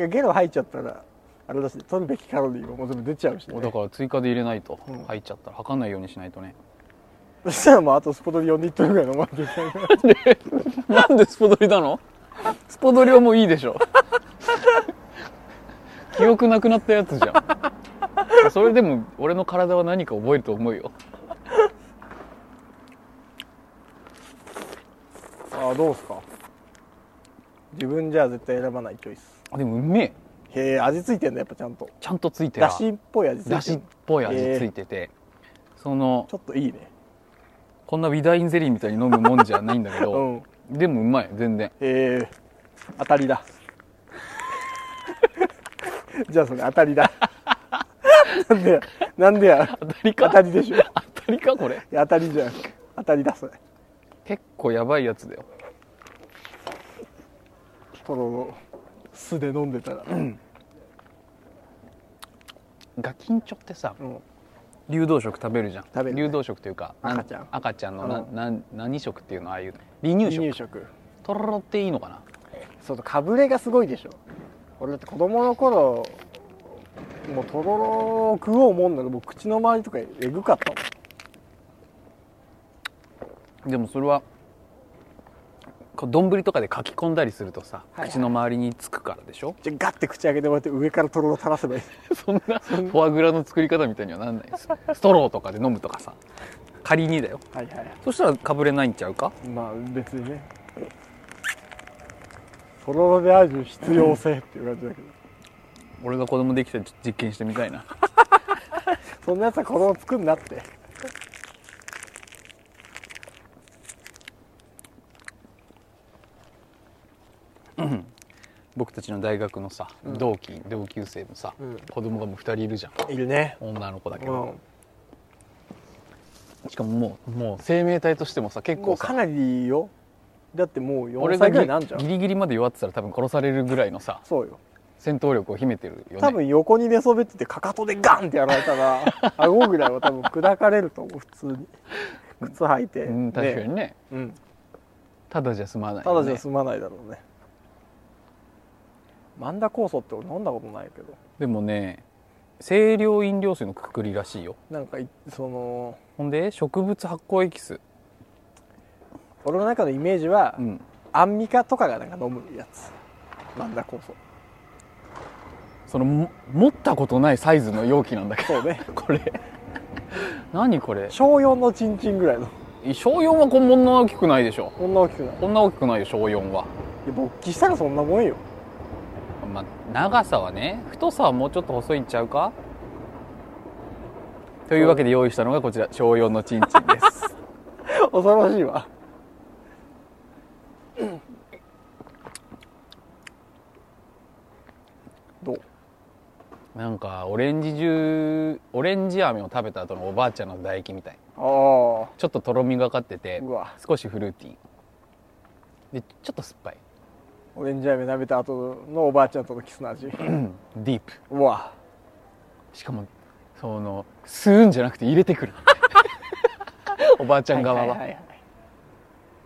ゲロ吐いちゃったらあれだし取るべきカロリーももう全部出ちゃうし、ね、だから追加で入れないとうん入っちゃったら測んないようにしないとねそしたらもうあとスポトで4リットルぐらい飲まなきゃいけないか らなんでスポドリなのスポドリはもういいでしょ 記憶なくなったやつじゃんそれでも俺の体は何か覚えると思うよああどうですか自分じゃ絶対選ばないチョイスあでもうめえへえ味ついてんだやっぱちゃんとちゃんとついてるだしっぽい味ついてるだしっぽい味ついてて、そのちょっといいねこんなウィダインゼリーみたいに飲むもんじゃないんだけうど、んでもうまい全然ええ当たりだ じゃあそれ当たりだなんでやなんでや当たり当かたりでしょい当たりかこれや当たりじゃん当たりだそれ結構やばいやつだよとろろ酢で飲んでたら、ガキンチョってさうん流動食食べるじゃん食べるね流動食というかなん赤ちゃん赤ちゃんのなうんなん何食っていうのああいう離乳食離乳食とろろっていいのかなそうそうかぶれがすごいでしょ俺だって子供の頃もうとろろを食おうもんならもう口の周りとかえぐかったもんでもそれはこう丼とかでかき込んだりするとさ、いはい口の周りにつくからで しょじゃあガッて口開けてもらって上からとろろ垂らせばいいそんなフォアグラの作り方みたいにはなんないですストローとかで飲むとかさ仮にだよはいはいはいそしたらかぶれないんちゃうかまあ別にねとろろである必要性っていう感じだけど俺が子供できたらちょっと実験してみたいなそんなやつは子供作んなって僕たちの大学のさ同期同級生もさ、うん子供がもう2人いるじゃんいるね女の子だけうんど、しかももうもう生命体としてもさ結も構うかさなりいいよだってもう4俺が歳ギぐらいなんリじゃギんリギリまで弱ってたら多分殺されるぐらいのさそうよ戦闘力を秘めてるよね多分横に寝そべっててかかとでガンってやられ たら顎ぐらいは多分砕かれると思う普通に靴履いて、うん、確かにねねうん、ただじゃ済まない、ね、ただじゃ済まないだろうねマンダ酵素って俺飲んだことないけどでもね清涼飲料水のくくりらしいよなんかいそのほんで植物発酵エキス、俺の中のイメージは、うん、アンミカとかがなんか飲むやつマンダ酵素そのも持ったことないサイズの容器なんだけそうねどこれ何これ小4のチンチンぐらいの小4はこんな大きくないでしょこんな大きくないいこんな大きくないよ小4は、や勃起したらそんなもんよまあ、長さはね太さはもうちょっと細いんちゃうかというわけで用意したのがこちら小4のチンチンです 恐ろしいわどうなんかオレンジジューオレンジ飴を食べた後のおばあちゃんの唾液みたいあちょっととろみがかっててあうわ少しフルーティーでちょっと酸っぱい、オレンジ飴舐めた後のおばあちゃんとのキスの味ディープうわしかもその吸うんじゃなくて入れて くるおばあちゃん側は,、いいいはい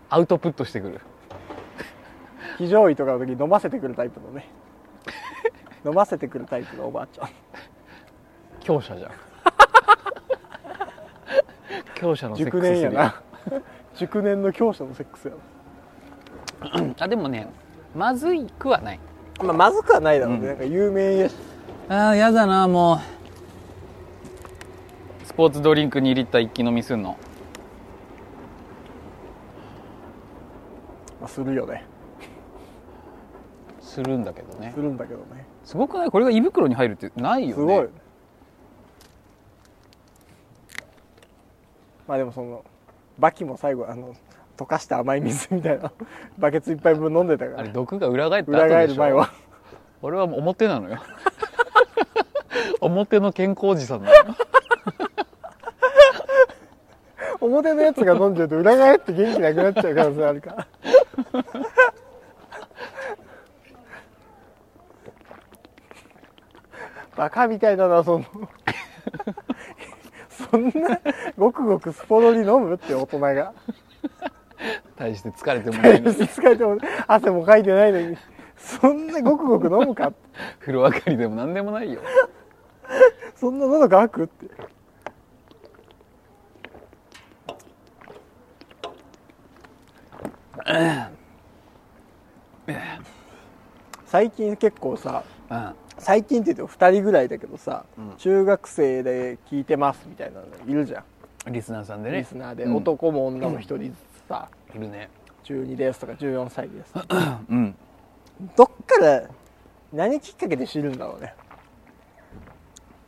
アウトプットしてくる非常位とかの時に飲ませてくるタイプのね飲ませてくるタイプのおばあちゃん強者 じゃん強者のセッ熟クス年すやるな 熟年の強者のセックスやあでもねまずいくはないな、まあ、まずくはないだろうね、なんか有名やしあーやだなもうスポーツドリンク2リッター一気飲みすんのまあ、するよねするんだけどねするんだけどねすごくないこれが胃袋に入るってないよねすごい、まあでもそのバキも最後あの溶かした甘い水みたいなバケツ一杯分飲んでたかあれら毒が裏返った裏後返でしるょ前は俺はもう表なの よ表の健康おじさんなのよ表のやつが飲んじゃうと裏返って元気なくなっちゃう可能性あるからバカみたいだなその そんなごくごくスポロリ飲むって大人が 大して疲れてもないのに疲れても汗もかいてないのにそそんなごくごく飲むかって風呂上がりでも何でもないよそんな喉乾くって最近結構さうん最近って言っても2人ぐらいだけどさ、うん中学生で聞いてますみたいなのいるじゃリスナーさんでん、ねリスナーで、うん男も女も1人ずつさいるね12ですとか14歳ですとかうんどっから何きっかけで知るんだろうね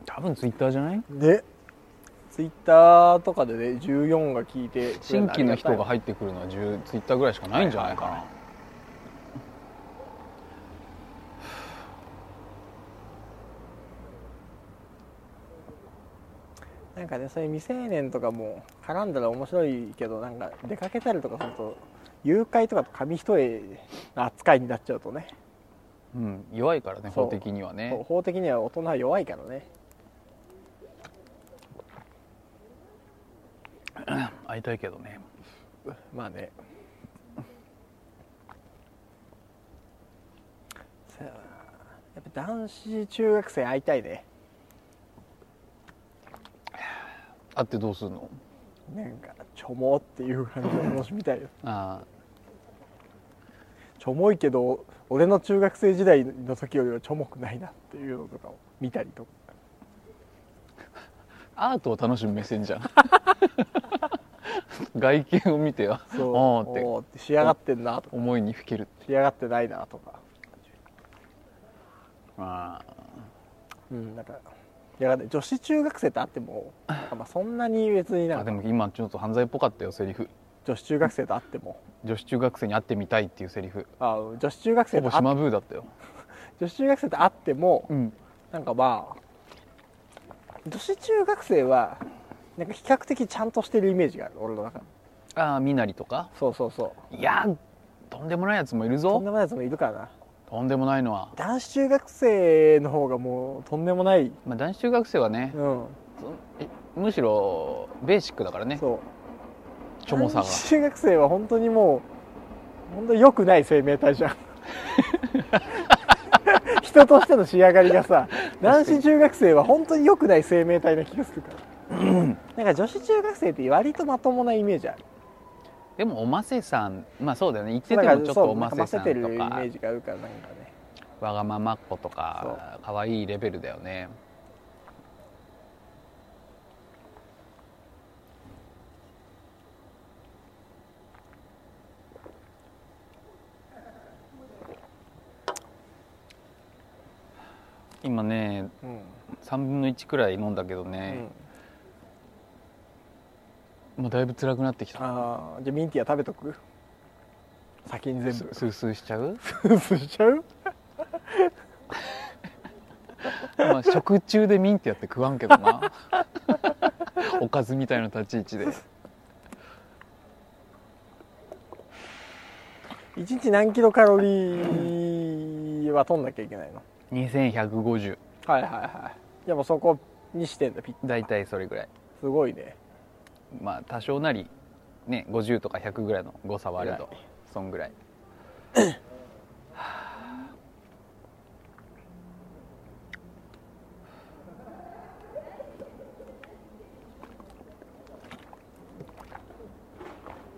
多分ツイッターじゃないでツイッターとかでね14が聞いてくれ新るあ規りのたい人が入ってくるのは10ツイッターぐらいしかないんじゃないかな、なんかねそういう未成年とかも絡んだら面白いけどなんか出かけたりとかすると誘拐とかと紙一重な扱いになっちゃうとねうん、弱いからねそう法的にはそうね法的には大人は弱いからね会いたいけどねまあねさあやっぱ男子中学生会いたいね会ってどうするのなんかちょもっていう感じで楽しみたいよあちょもいけど俺の中学生時代の時よりはちょもくないなっていうのとかを見たりとかあアートを楽しむ目線じ ゃん外見を見てあそうあーっておーって仕上がってんなとか思いにふけるって仕上がってないなとかあうんなんかいや女子中学生ってあってもなんかまあそんなに別にーなあんでかも今ちょっと犯罪っぽかったよセリフ女子中学生とあっても女子中学生に会ってみたいっていうセリフあ女子中学生ほとぼあっ島ブーだったよ女子中学生とあってもうんなんかまあ女子中学生はなんか比較的ちゃんとしてるイメージがある俺の中でああみなりとかそうそうそういやーとんでもないやつもいるとんぞでもないやつもいるからなとんでもないのは、男子中学生の方がもうとんでもないまあ、男子中学生はねうんそえむしろベーシックだからねそうチョモさが男子中学生は本当にもう本当に良くない生命体じゃん 人としての仕上がりがさ男子中学生は本当に良くない生命体な気がするからなんか女子中学生って割とまともなイメージあるでもおませさんまあそうだよね言ってだてかもらちょっそとうおませさんなんかませてるイとメかージがあるからなんかねわがままっ子とか可愛いレベルだよね今ねうん、 3分の1くらい飲んだけどね、もうだいぶ辛くなってきたああじゃあミンティア食べとく先に全ス部スースーしちゃうす しちゃうまあ食中でミンってやって食わんけどな おかずみたいな立ち位置で1日何キロカロリーは取んなきゃいけないの2150はいはいはいでもそこにしてんだピッ大体それぐらいすごいねまあ多少なりね50とか100ぐらいの誤差はあれどぐらいそんぐらい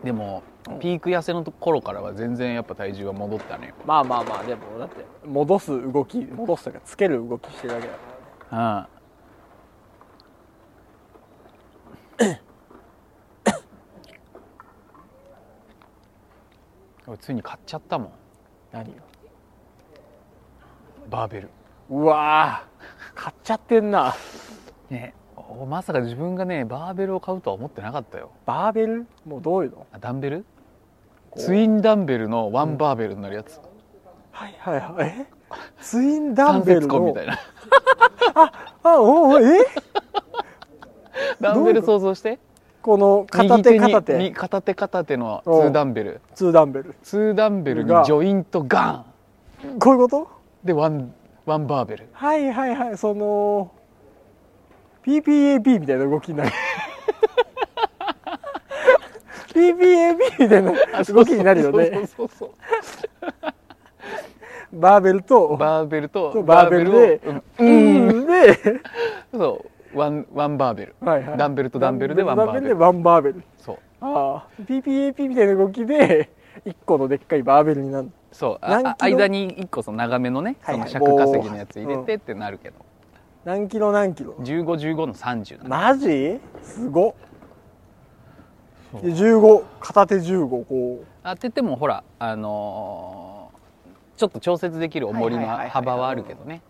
でもピーク痩せの頃からは全然やっぱ体重は戻ったねまあまあまあでもだって戻す動き戻すとかつける動きしてるわけだかうん 俺ついに買っちゃったもんら何よバーベルうわー買っちゃってんなねおまさか自分がねバーベルを買うとは思ってなかったよバーベルもうどういうのあダンベルツインダンベルのワンバーベルになるやつ、はいはいはいえツインダン関ベル節の痕みたい なあおおえダンベル想像してこの片手右に片右手片手片手のツおうーダンベルツーダンベルツーダンベルにジがョイントガこういうことンでワンワンバーベルはいはいはいその PPAP みたいな動きになる PPAP みたいな動きになるよ ねそうそうそうそうバーベルと、バーベルととバーベルでバーベルを、うん、で、うんそうワンワンバーベル、はいはいダンベルとダンベルでワンバーベルダンでワンバーベル。そうああ、PPAP みたいな動きで、一個のでっかいバーベルになる。そう何あキあロ間に一個その長めのね、はいはいその尺稼ぎのやつ入れてってなるけど、何キロ何キロ。 1515の30なのマジすごっそうで15片手15こあって言ってもほらあのーちょっと調節できる重りのはいはいはいはい幅はあるけどね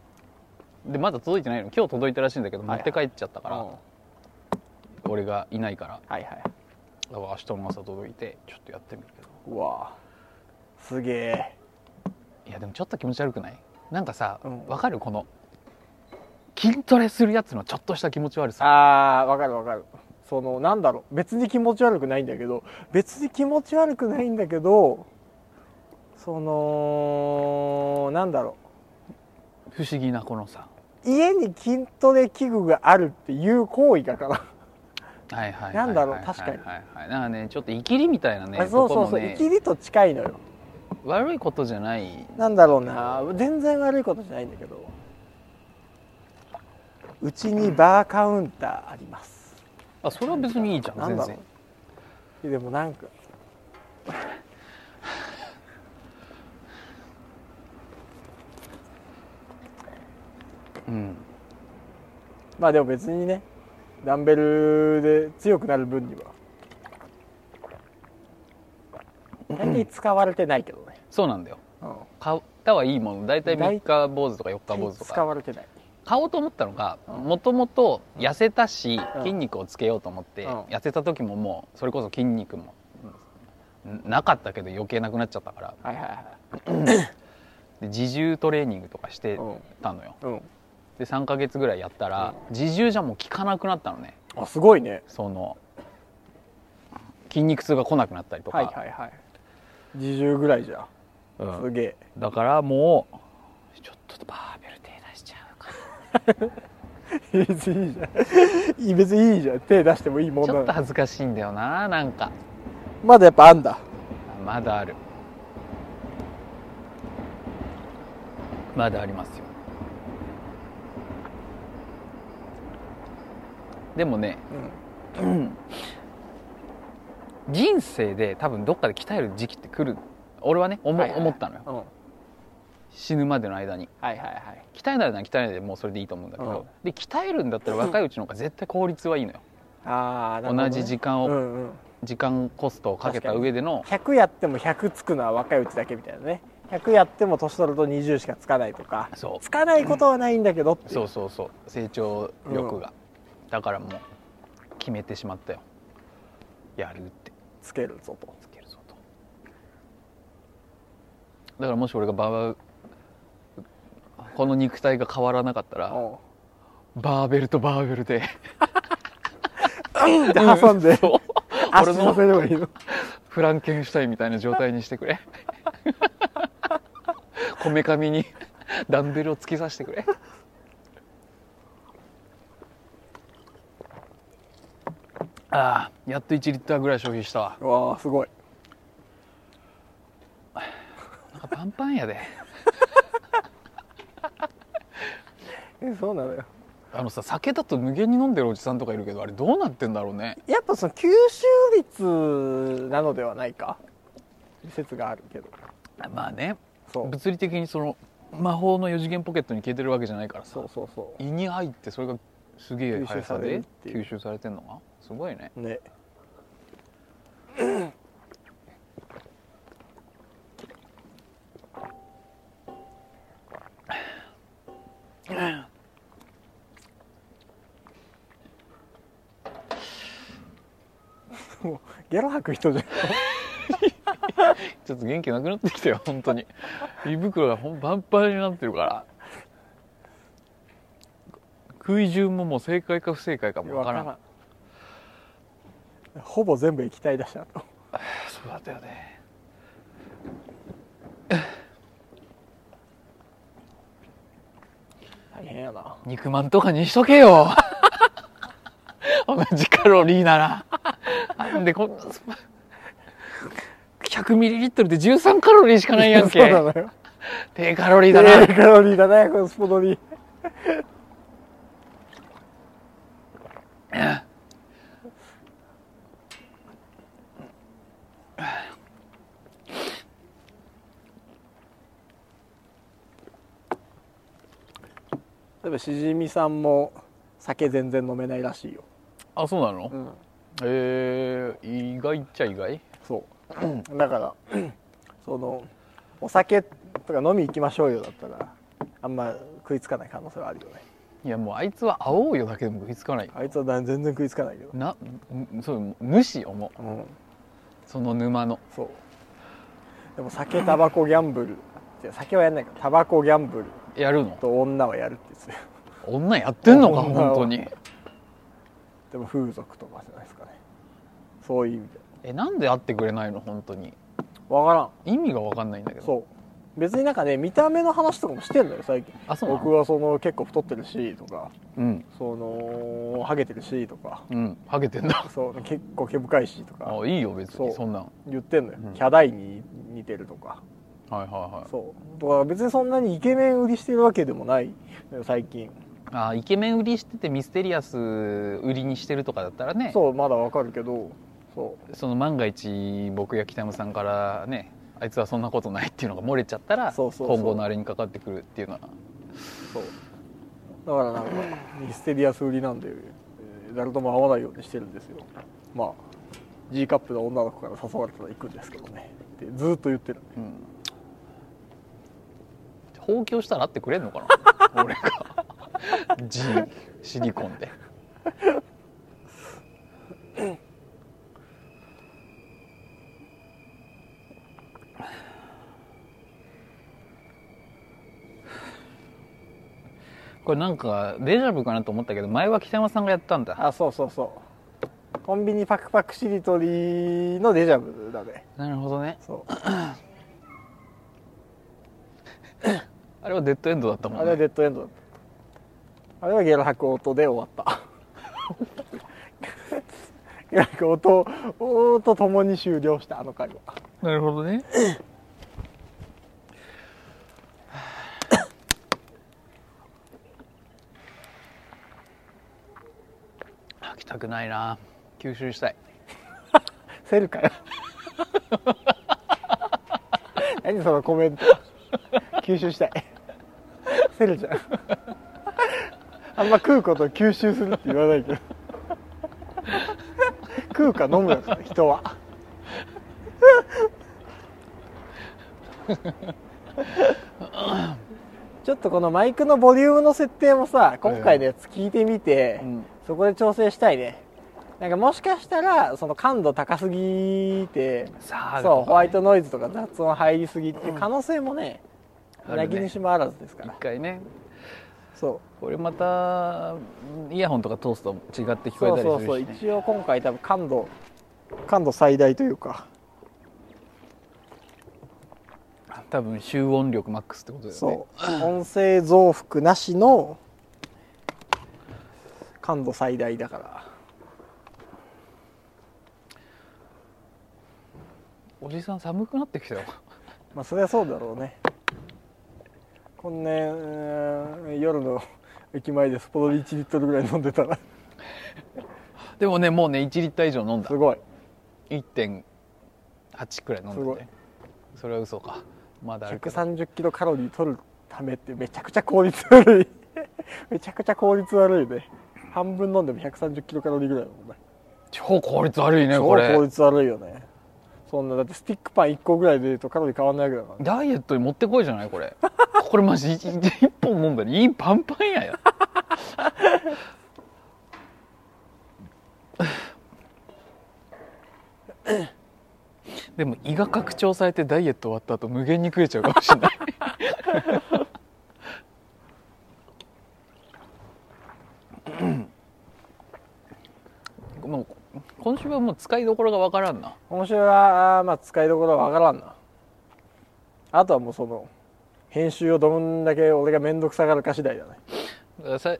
でまだ届いてないの今日届いたらしいんだけど持って帰っちゃったうから、俺がいないからはいはいだから明日の朝届いてちょっとやってみるけどうわすげえいやでもちょっと気持ち悪くないなんかさうんわ、かるこの筋トレするやつのちょっとした気持ち悪さあーわかるわかるそのなんだろう別に気持ち悪くないんだけど別に気持ち悪くないんだけどそのなんだろ不思議なこのさう家に筋トレ器具があるっていう行為だから、はいはいはいなんだろうはい確かにはいはいなんかねちょっとイキリみたいなねあ そうそうとこそうもね生きりと近いのよ悪いことじゃないなんだろうな全然悪いことじゃないんだけどうちにバーカウンターありますあそれは別にいいじゃんなん全だ然ろうでもなんかうんまあでも別にねダンベルで強くなる分には大体使われてないけどね、そうなんだようん、買ったはいいもの大体3日坊主とか4日坊主と使かわれてない買おうと思ったのがもともと痩せたしうん筋肉をつけようと思ってうん痩せた時ももうそれこそ筋肉もうんなかったけど余計なくなっちゃったからはいはいはで自重トレーニングとかしてたのよいうんで3ヶ月ぐらいやったら自重じゃもう効かなくなったのねあすごいねその筋肉痛が来なくなったりとか、はいはいはい自重ぐらいじゃうんすげえ だからもうちょっとバーベル手出しちゃうか別にいいじゃんいい別にいいじゃん手出してもいいもんちなょのっと恥ずかしいんだよななんかまだやっぱあんだまだあるまだありますよでもね、人生で多分どっかで鍛える時期って来る俺はね思,、思ったのようんはい死ぬまでの間にはいはい鍛えないなら鍛えないでもうそれでいいと思うんだけど、で鍛えるんだったら若いうちの方が絶対効率はいいのよ、ああ同じ時間を、うんうん時間コストをかけた上での100やっても100つくのは若いうちだけみたいなね100やっても年取ると20しかつかないとかそうつかないことはないんだけどっていそううそうそう成長力が、だからもう決めてしまったよやるってつけるぞとつけるぞとだからもし俺がバーこの肉体が変わらなかったらうバーベルとバーベルでんで挟んでそう足俺乗のせればいいのフランケンシュタインみたいな状態にしてく れこめかみにダンベルを突き刺してくれああやっと1リッターぐらい消費したわうわあすごいなんかパンパンやでえそうなのよあのさ酒だと無限に飲んでるおじさんとかいるけどあれどうなってんだろうねやっぱその吸収率なのではないか説があるけどまあねそう物理的にその魔法の4次元ポケットに消えてるわけじゃないからさそうそうそ胃に入ってそれがすげえ速さで吸収されるっていう吸収されてんのがすごいねうねもうゲロ吐く人じゃんちょっと元気なくなってきたよ 本当に胃袋がほんパンパンになってるから食い順ももう正解か不正解かもわからんわからんほぼ全部液体出したとそうだったよね大変やな肉まんとかにしとけよ同じカロリーならなんでこんな100ミリリットルで13カロリーしかないやん けそうなのよ低カロリーだ低な。カロリーだね、このスポドリ。例えばしじみさんも酒全然飲めないらしいよ、あ、そうなの、んえー、意外っちゃ意外そうだからそのお酒とか飲み行きましょうよだったらあんま食いつかない可能性はあるよねいや、もうあいつは会おうよだけでも食いつかない。あいつはな全然食いつかないけどな、んそう、主よ、もう。うんその沼の。そうでも酒タバコギャンブルじゃ酒はやんないからタバコギャンブルやるのと女はやるって言ってたよ 女やってんのか、女本当に。でも風俗とかじゃないですかねそういう意味でえ、なんで会ってくれないの、本当に。分からん意味がわかんないんだけど。そう別になんかね見た目の話とかもしてんのよ最近あ、そうなの僕はその結構太ってるしとかうん。そのハゲてるしとかうん。ハゲてんだ。そう結構毛深いしとかあ、いいよ、別そうに。そんなん。は言ってんのよ、うんキャダイに似てるとかいはいはい。そうとか別にそんなにイケメン売りしてるわけでもないのよ最近あイケメン売りしててミステリアス売りにしてるとかだったらねそうまだわかるけどそその万が一僕や北山さんからねあいつはそんなことないっていうのが漏れちゃったらそうそうそう今後のあれにかかってくるっていうのはうそうだからなんかミステリアス売りなんでえー誰とも会わないようにしてるんですよまあ G カップの女の子から誘われたら行くんですけどねってずーっと言ってるうん放棄したら会ってくれんのか な俺が G シリコンでこれなんかデジャブかなと思ったけど前は北山さんがやったんだあそうそうそうコンビニパクパクしりとりのデジャブだねなるほどねそうあれはデッドエンドだったもあんれはねデッドエンドだったあれはゲラ白音で終わった ゲラ白音音と共に終了したあの回はなるほどね吐きたくないな吸収したいセルかよ 何そのコメント吸収したいセルじゃんあんま食うことを吸収するって言わないけど食うか飲むだから人はちょっとこのマイクのボリュームの設定もさ今回のやつ聞いてみて、うんそこで調整したいねなんかもしかしたらその感度高すぎてさあそうホワイトノイズとか雑音入りすぎっていう可能性もねあるなねぎ、にしもあらずですか一ら回ねそうこれまたイヤホンとか通すと違って聞こそえうたりするし、ね、そうそう一応今回多分感度感度最大というか多分集音力マックスってことだよねそう音声増幅なしの感度最大だからおじさん寒くなってきたよ まあそれはそうだろうねこんな、えー夜の駅前でスポドリ1リットルぐらい飲んでたらでもねもうね1リッター以上飲んだすごい1.8くらい飲すんごだいねそれは嘘かまだあるけど130キロカロリー取るためってめちゃくちゃ効率悪い めちゃくちゃ効率悪いね半分飲んでも130キロカロリーぐらいだもんね超効率悪いね超これ効率悪いよねそんなだってスティックパン1個ぐらいでとカロリー変わんないわけだからねダイエットにもってこいじゃないこれ これマジ一一本飲んだらいいパンパンやよでも胃が拡張されてダイエット終わった後無限に食えちゃうかもしれない もう今週はもう使いどころがわからんな今週はあーまあ使いどころは分からんなあとはもうその編集をどんだけ俺が面倒くさがるか次第だねさ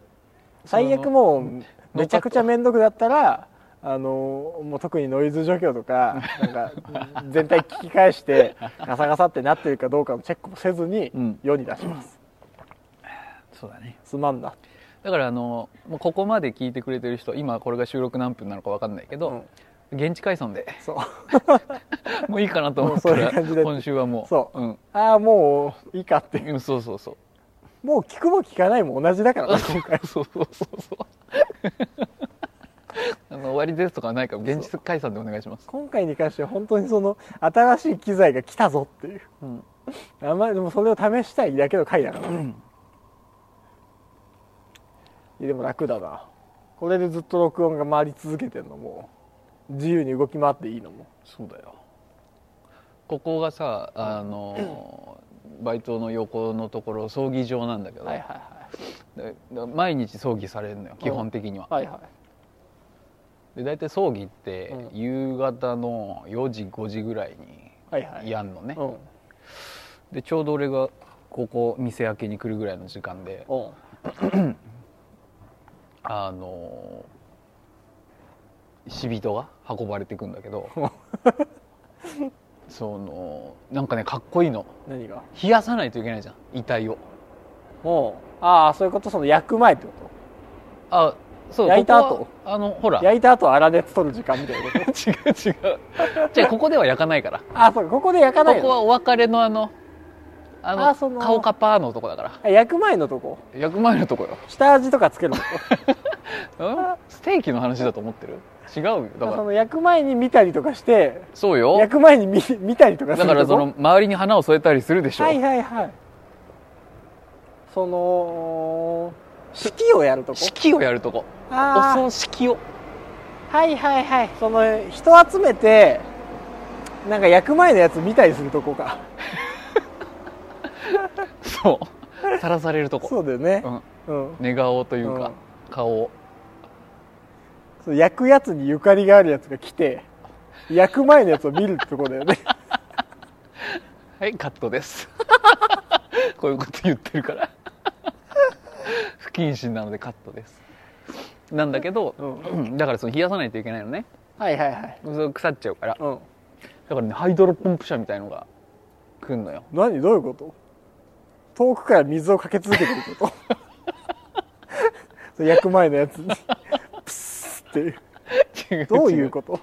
最悪もうめちゃくちゃ面倒くだったらあのもう特にノイズ除去とかなんか全体聞き返してガサガサってなってるかどうかのチェックもせずにうん世に出します、そうだねすまんなだからあのもうここまで聞いてくれてる人今これが収録何分なのか分かんないけど、現地解散で そうもういいかなと思っそたういうら感じで今週はもうそうんああもういいかっていううんそうそうそうもう聞くも聞かないも同じだからね今回 そうそうそうそう あの終わりですとかはないから現実解散でお願いします今回に関しては本当にその新しい機材が来たぞっていう、うんあんまりでもそれを試したいだけの回だから、いやでも楽だなこれでずっと録音が回り続けてんのも自由に動き回っていいのもそうだよここがさあのバイトの横のところ葬儀場なんだけど、でで毎日葬儀されるのよ基本的には、はいはいで大体葬儀ってうん夕方の4時5時ぐらいはいはいにやんのね、うんでちょうど俺がここ店開けに来るぐらいの時間でうんあの死人が運ばれてくんだけ どそのなんかねかっこいいの何が冷やさないといけないじゃん遺体をうんああそういうことその焼く前ってこあそう焼いた後ここはあのほら違うと焼いた後粗熱取る時間みたいなこと 違うじゃあここでは焼かないからああそうここで焼こかないのこはお別れのあのあのあその顔カパーのとこだからあ焼く前のとこ焼く前のとこよ下味とかつけるのとこうんステーキの話だと思ってる違うよだかそらの焼く前に見たりとかしてそうよ焼く前に見見たりとかすだるからとそこの周りに花を添えたりするでしょ、はいはいはいその式をやるとこ式をやるとこおあ葬式をあはいはいはいその人集めてなんか焼く前のやつ見たりするとこかそうさらされるとこそうだよねうん、うん、寝顔というか、顔をそう焼くやつにゆかりがあるやつが来て焼く前のやつを見るってとこだ よねはいカットです こういうこと言ってるから 不謹慎なのでカットですなんだけど、うだからその冷やさないといけないのねはいはいはいそれ腐っちゃうからだうんからねハイドロポンプ車みたいのが来んのよ何どういうこと遠くから水をかけ続けてること そう焼く前のやつにプスッっていうどういうこと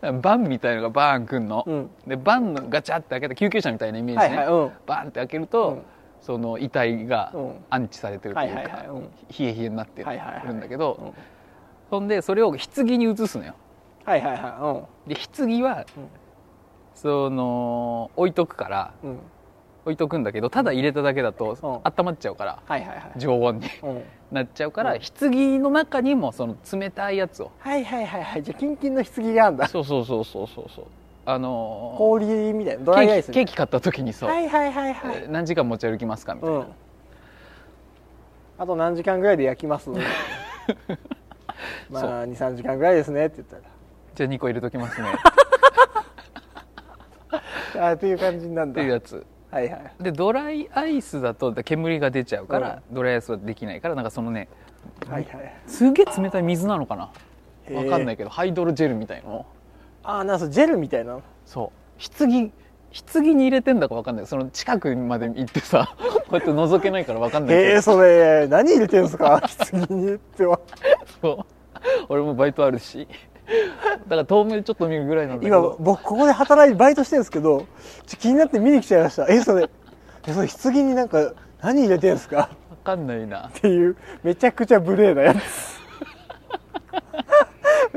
とバンみたいのがバーン来んの、うんでバンのガチャって開けた救急車みたいなイメージはね、いはいうんバーンって開けると、うんその遺体がうん安置されてるというはいはいはかいうん冷え冷えになってはいはいはいるんだけどそんでそれを棺に移すのよはいはいはで棺はうんその置いとくからいうんうん置いとくんだけどただ入れただけだとう温まっちゃうからはいはいはい常温にうんなっちゃうかうらん棺の中にもその冷たいや つをはいはいはいはいじゃあキンキンの棺があんだそうそうそうそうそうそうあの氷みたいなドーライアケイースキみケたいーキ買った時にそなう、はいはいはいはい、えー何時間持ち歩きますかみたいな、うんあと何時間ぐらいで焼きますまあ23時間ぐらいですねって言ったじゃあ2個入れときます ねらああという感じになるんってだいうやつはいはいでドライアイスだと煙が出ちゃうから、ドライアイスはできないからなんかそのねはいはいすげえ冷たい水なのかなへえわかんないけどハイドロジェルみたいのをああなんかそうジェルみたいなそう棺棺に入れてんだかわかんないその近くまで行って さこうやって覗けないからわかんないけえどえそれ何入れてんす か棺にってはそう俺もバイトあるしだから遠目でちょっと見るぐらいなんだけ今ど僕ここで働いてバイトしてるんですけどちょ気になって見に来ちゃいましたえそれえそれ棺になんか何入れてんすかわかんないなっていうめちゃくちゃ無礼なやつ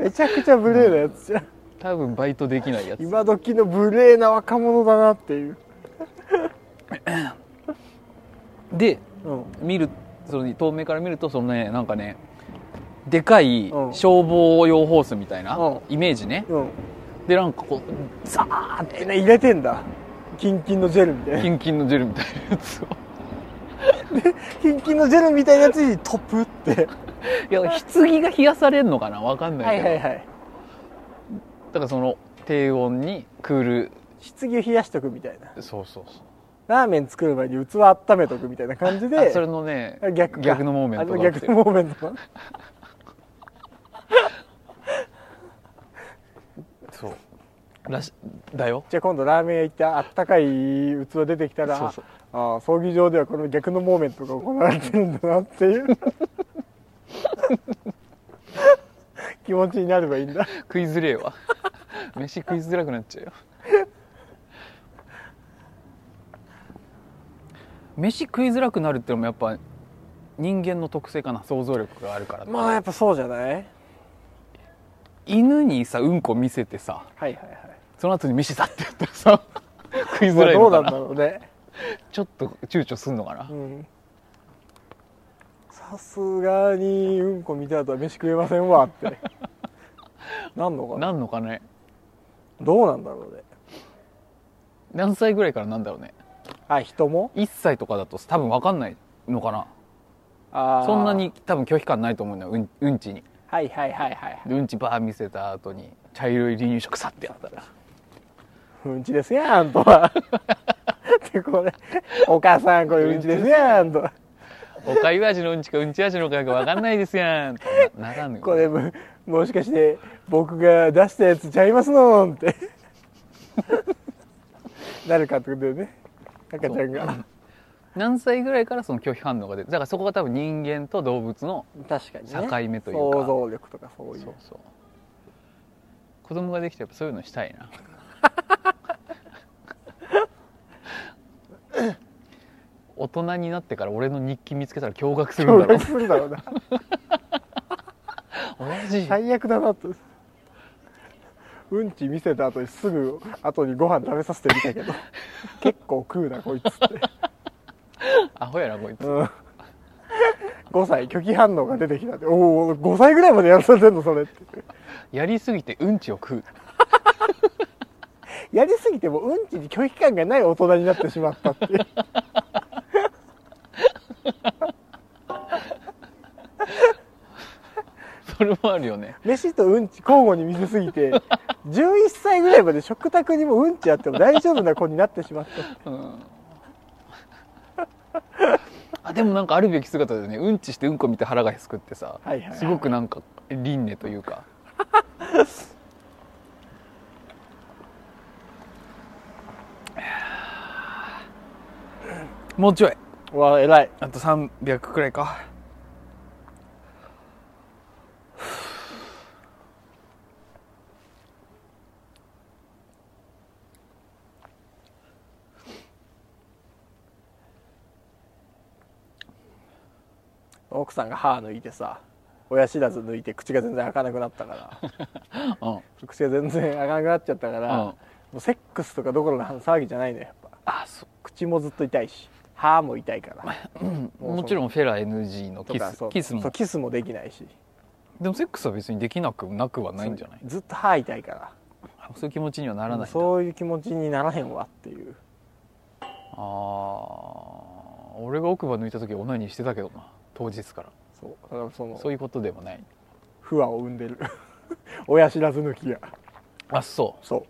めちゃくちゃ無礼なやつじゃん多分バイトできないやつ今時の無礼な若者だなっていうでうん見るその遠目から見るとそのねなんかねでかいうん消防用ホースみたいなうんイメージねうんでなんかこうザーっえてな入れてんだキンキンのジェルみたいキなンキンのジェルみたいなや つをキンキンのジェルみたいなやつにトップっていや棺が冷やされるのかなわかんなはいけいど、はいはいだからその低温にクール棺を冷やしとくみたいなそうそうそうラーメン作る前に器温めとくみたいな感じであそれのねあ逆か逆のモーメントあが逆のモーメントそうらしだよじゃあ今度ラーメン屋行ってあったかい器出てきたらそうそうああ葬儀場ではこの逆のモーメントが行われてるんだなっていう 気持ちになればいいんだ食いづれえわ 飯食いづらくなっちゃうよ飯食いづらくなるってのもやっぱ人間の特性かな想像力があるから、まあやっぱそうじゃないはい犬にさうんこ見せてさはいはいその後に飯だってやったら さ食いづらいどのうかなんなだろうねちょっと躊躇すんのかなうんさすがにうんこ見た後は飯食えませんわってなんのかななんのかねどうなんだろうね何歳ぐらいからなんだろうねあ人も1歳とかだと多分分かんないのかなあーそんなに多分拒否感ないと思うんだようんうんちにはいはいはいはいでうんちバー見せた後に茶色い離乳食さってやったらうんちですや んとはでこれお母さんこれうんちですやんとはおかゆ味のうんちかうんち味のおかゆか分かんないですやんとなならぬよこれももしかして僕が出したやつちゃいますのんって なるかってことだよね赤ちゃんが何歳ぐらいからその拒否反応が出るだからそこが多分人間と動物の確かにね境目というか想像力とかそういうそうそう子供ができてやっぱそういうのしたい な大人になってから俺の日記見つけたら驚愕するんだ驚ろ う愕するだろうな親父最悪だなとうんち見せた後にすぐ後にご飯食べさせてみたけ ど結構食うなこいつってアホやなこいつうん5歳拒否反応が出てきたっておお5歳ぐらいまでやらされてんのそれってやりすぎてうんちを食うやりすぎてもうんちに拒否感がない大人になってしまったって いうそれもあるよね飯とうんち交互に見せすぎて11歳ぐらいまで食卓にもうんちあっても大丈夫な子になってしまったって あでもなんかあるべき姿でねうんちしてうんこ見て腹がへすくってさ、はいはいはいすごくなんか輪廻というかもうちょいうわ偉いあと300くらいか奥さんが歯抜いてさ親知らず抜いて口が全然開かなくなったからうん口が全然開かなくなっちゃったから、うんもうセックスとかどころの騒ぎじゃないのよやっぱあそ口もずっと痛いし歯も痛いからうもちろんフェラ NG のとキかスそうキスそうもキスもできないしでもセックスは別にできなくなくはないんじゃないずっと歯痛いからそういう気持ちにはならないんだそういう気持ちにならへんわっていうあー俺が奥歯抜いた時オナニーしてたけどな当日からそうだからそのそういうことでもない不和を生んでる 親知らず抜きがあそそう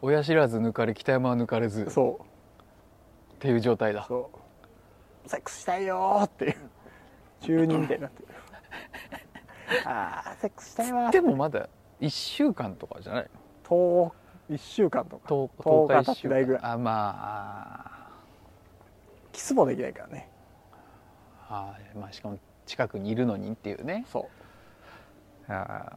親知らず抜かれ北山は抜かれずっうそうていう状態だそうセックスしたいよーっていう中二みたいになっ てるああセックスしたいわーでもまだ1週間とかじゃない10 1週間とか10 10日1経ってないぐらいあまキスもできないからねああーまあしかも近くにいるのにっていうねそうあ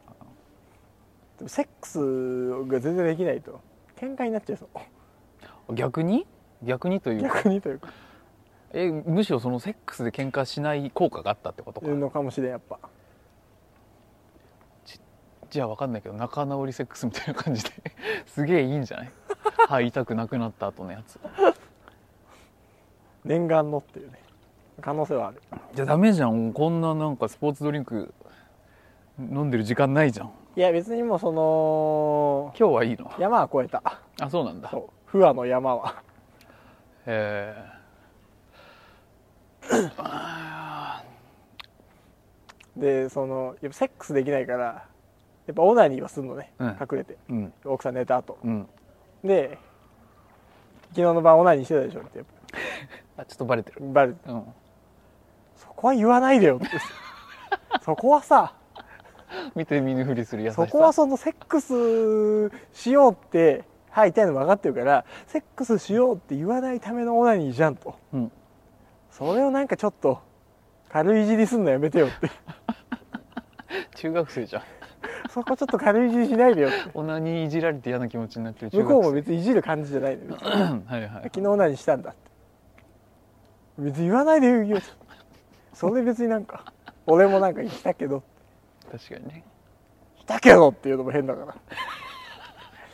でもセックスが全然できないと喧嘩になっちゃいそうー逆に逆にというか逆にというかえむしろそのセックスで喧嘩しない効果があったってことか、いうのかもしれんやっぱじゃあ分かんないけど仲直りセックスみたいな感じで すげえいいんじゃない歯痛くなくなった後のやつ念願のっていうね可能性はあるじゃあダメじゃんこんななんかスポーツドリンク飲んでる時間ないじゃんいや別にもうその今日はいいの山は越えたあそうなんだそう不和の山はえーあでそのやっぱセックスできないからやっぱオナニーはすんのね、うん隠れてーうん奥さん寝た後うんで昨日の晩オナニーしてたでしょってやっぱあちょっとバレてるバレてうん そこは言わないでよってそこはさ見て見ぬふりする優しさそこはそのセックスしようってはい痛いの分かってるからセックスしようって言わないためのオナニーじゃんとうんそれをなんかちょっと軽いいじりすんのやめてよって 中学生じゃんそこちょっと軽いいじりしないでよってオナニーいじられて嫌な気持ちになってる中向学こうも生別にいじる感じじゃないのよはいはい昨日オナニーしたんだって別に言わないでよそれ別になんか俺もなんか来たけど確かに ね来たけどっていうのも変だ から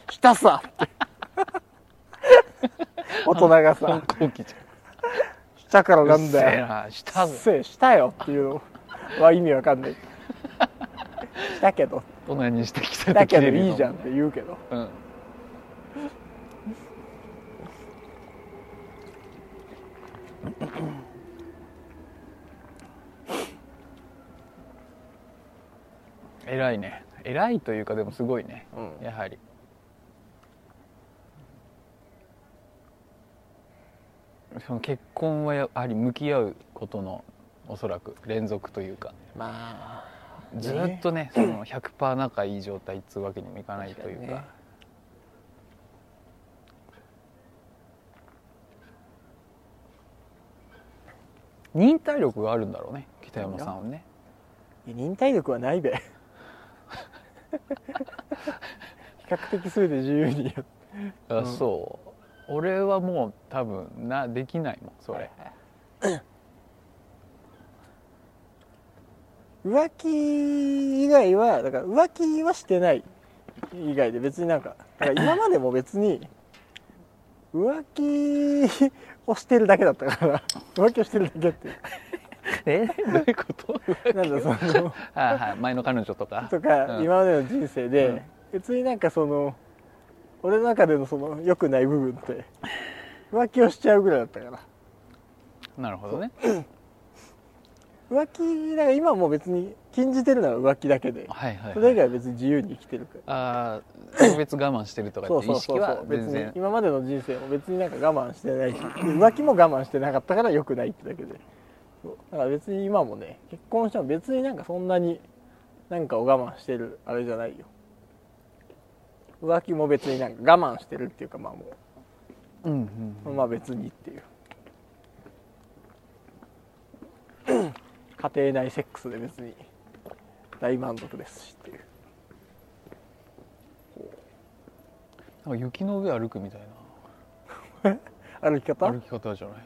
来たさって大人がさ後期じしたからゃなんんだよよしたぞせえしたよっていうのは意味わか んないだけどオナニーしてきただらけ切どれるよいいじゃんって言うけどうん偉いね偉いというかでもすごいね、うんやはりその結婚はやはり向き合うことのおそらく連続というかまあずっとねその100%仲いい状態っつうわけにもいかないというか確かにね忍耐力があるんだろうね北山さんはね忍耐力は ないべ比較的全て自由にやっあそう俺はもう多分なできないもんそれ浮気以外はだから浮気はしてない以外で別になんかだから今までも別に浮気をしてるだけだったから浮気をしてるだけっていうえ どういうことなんだそのはいはい前の彼女とかとか、うん今までの人生で、うん別になんかその俺の中でのその良くない部分って浮気をしちゃうぐらいだったからなるほどね浮気だから今もう別に禁じてるのは浮気だけではいはい、それ以はい、外は別に自由に生きてるから。ああ特別我慢してるとかそっうて意そうそ識うそはう全別に然今までの人生も別になんか我慢してないし浮気も我慢してなかったから良くないってだけでそうだから別に今もね結婚しても別になんかそんなになんかを我慢してるあれじゃないよ浮気も別になんか我慢してるっていうかまあもうんうんうまあ別にっていう 家庭内セックスで別に大満足ですしっていうなんか雪の上歩くみたい歩きな方歩き方じゃない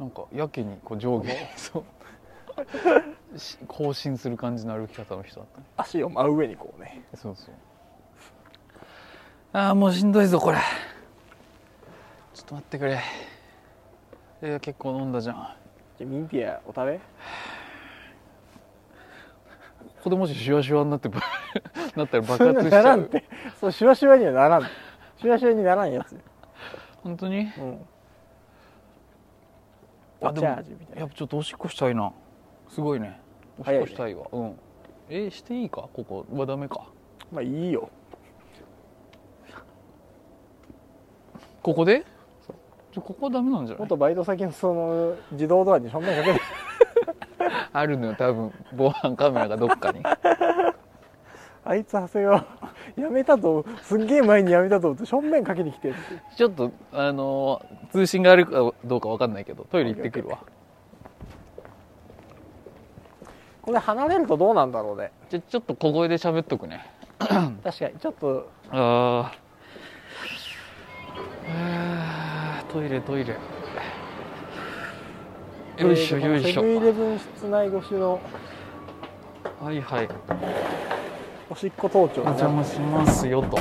なんかやけにこう上下 そうし更新する感じの歩き方の人だったね足を真上にこうねそうそうああもうしんどいぞこれちょっと待ってくれいや結構飲んだじゃんじゃあミンティアお食べここでもしシュワシュワになってば なったら爆そういうの発しちなゃらんっうてそうシワシワにはならんシワシワにならんやつ本当にうんあおで茶も味みたいやなっぱちょっとおしっこしたいなすごいねおしっこしたいわうんえーしていいかここはダメかまあいいよここでじゃここはダメなんじゃない元バイト先のその自動ドアに正面かけて あるのよ多分防犯カメラがどっかに あいつ長谷川やめたとすんげえ前にやめたと思って正面かけに来てってちょっとあのー通信があるかどうかわかんないけどトイレ行ってくるわこれ離れるとどうなんだろうねじゃちょっと小声で喋っとくね確かにちょっとあーあートイレトイレよいしょよいしセブンイょレブン室内越しのはいはいおしっこ盗聴お邪ね魔しますよと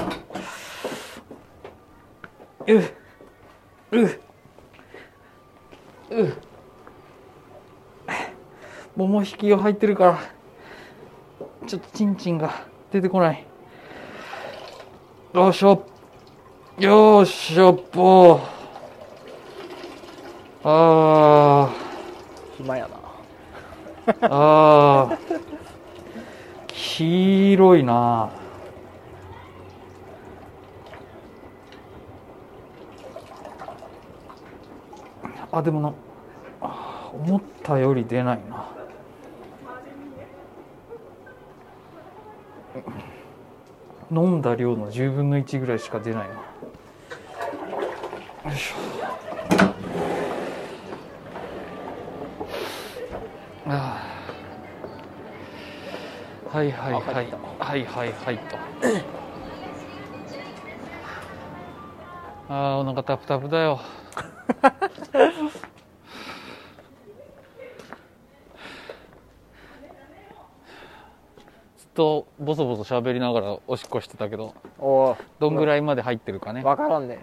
うっうっうっ桃引きが入ってるからちょっとチンチンが出てこないよいしょよいしょっぽあー暇やなああ 黄色いなあでもなあー思ったより出ないな飲んだ量の10分の1ぐらいしか出ないなよいしょああはいはいはいはいはいはいとああお腹タプタプだよずっとボソボソ喋りながらおしっこしてたけどおどんぐらいまで入ってるかねいわからんね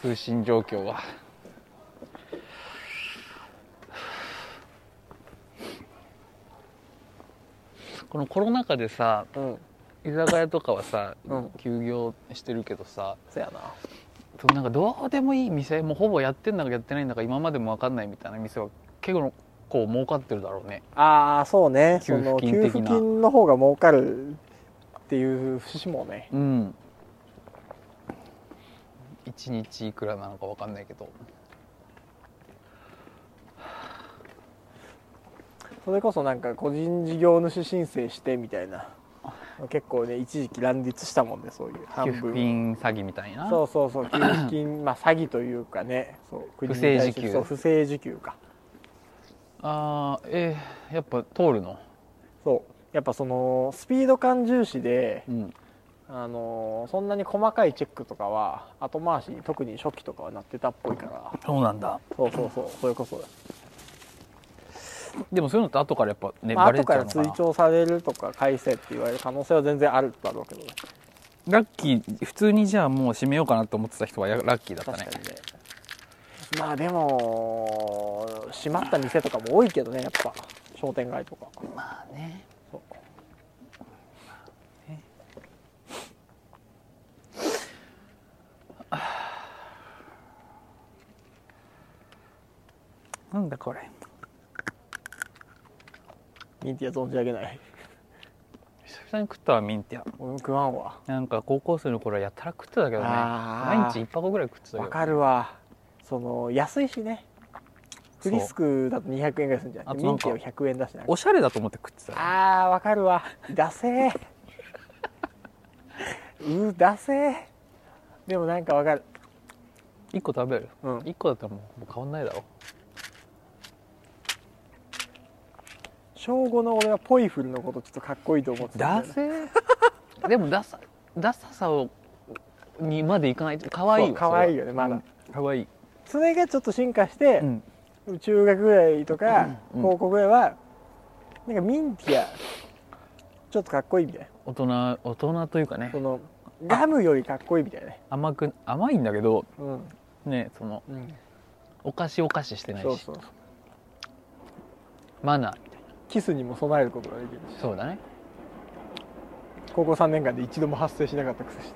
通信状況はこのコロナ禍でさうん居酒屋とかはさ、うん休業してるけどさそやなそのなんかどうでもいい店もうほぼやってんだかやってないんだか今までも分かんないみたいな店は結構こう儲かってるだろうねああそうねそ給付の金給的な付金の方が儲かるっていう節もねうん1日いくらなのか分かんないけどそれこそなんか個人事業主申請してみたいな結構ね一時期乱立したもんでそういう半給分付金詐欺みたいなそうそうそう給付金まあ詐欺というかねそう国に不正対して受給そう不正受給かああえーやっぱ通るのそうやっぱそのスピード感重視でうんあのーそんなに細かいチェックとかは後回しに特に初期とかはなってたっぽいからそうなんだそうそうそうそれこそ、でもそういうのって後からやっぱね、まあバレ後ちゃかうらのか追な徴されるとか返せって言われる可能性は全然あるだろうけどねラッキー普通にじゃあもう閉めようかなと思ってた人はやラッキーだった確かねにねまあでも閉まった店とかも多いけどねやっぱ商店街とかまあねそうなんだこれミンティア存じ上げない久々に食ったわミンティア俺も食わんわなんか高校生の頃はやたら食ってたけどねあ毎ー日1箱ぐらい食ってたけどわかるわその安いしねフリスクだと200円ぐらいするんじゃなあとくてなミんンテかィア100円だしなおしゃれだと思って食ってたあーわかるわダ セーうーダセーでもなんかわかる1個食べる、うん1個だったらもうもう変わんないだろ小5の俺はポイフルのことちょっとかっこいいと思ってたんダだよねセー でもダサダサさをにまでいかないと可愛いそうわ可愛いよねまだ可愛いそれがちょっと進化して、うん中学ぐらいとかうん高校ぐらいはなんかミンティアちょっとかっこいいみたいな大人大人というかねそのガムよりかっこいいみたいなね甘く甘いんだけどうん、ねそのうん、お菓子お菓子してないしそうそうマナーキスにも備えることができるしそうだね高校3年間で一度も発生しなかったくせして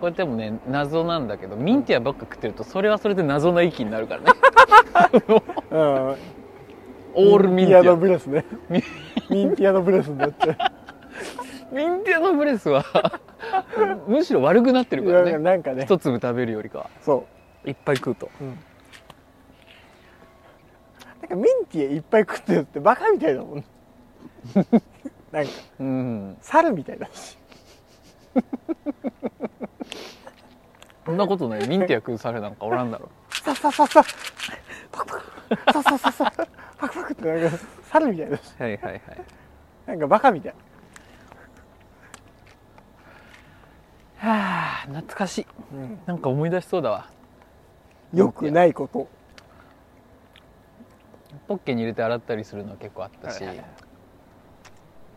これでもね謎なんだけどミンティアばっか食ってるとそれはそれで謎な域になるからねうんオールミンテのィブレスねミンティアのブレスになっちゃアミンティアのブレスは むしろ悪くなってるうかいやらねなんかね一粒食べるよりかはそいっぱい食うとう、うん、なんかミンティアいっぱい食ってるってバカみたいだもん なんかうん猿みたいだしそんなことないミンティア食う猿なんかおらんだろささささパクパクささささパクパクってなんか猿みたいだし はいはいはいなんかバカみたいはあ懐かしいうんなんか思い出しそうだわよくないことポッケに入れて洗ったりするのは結構あったし、はいはい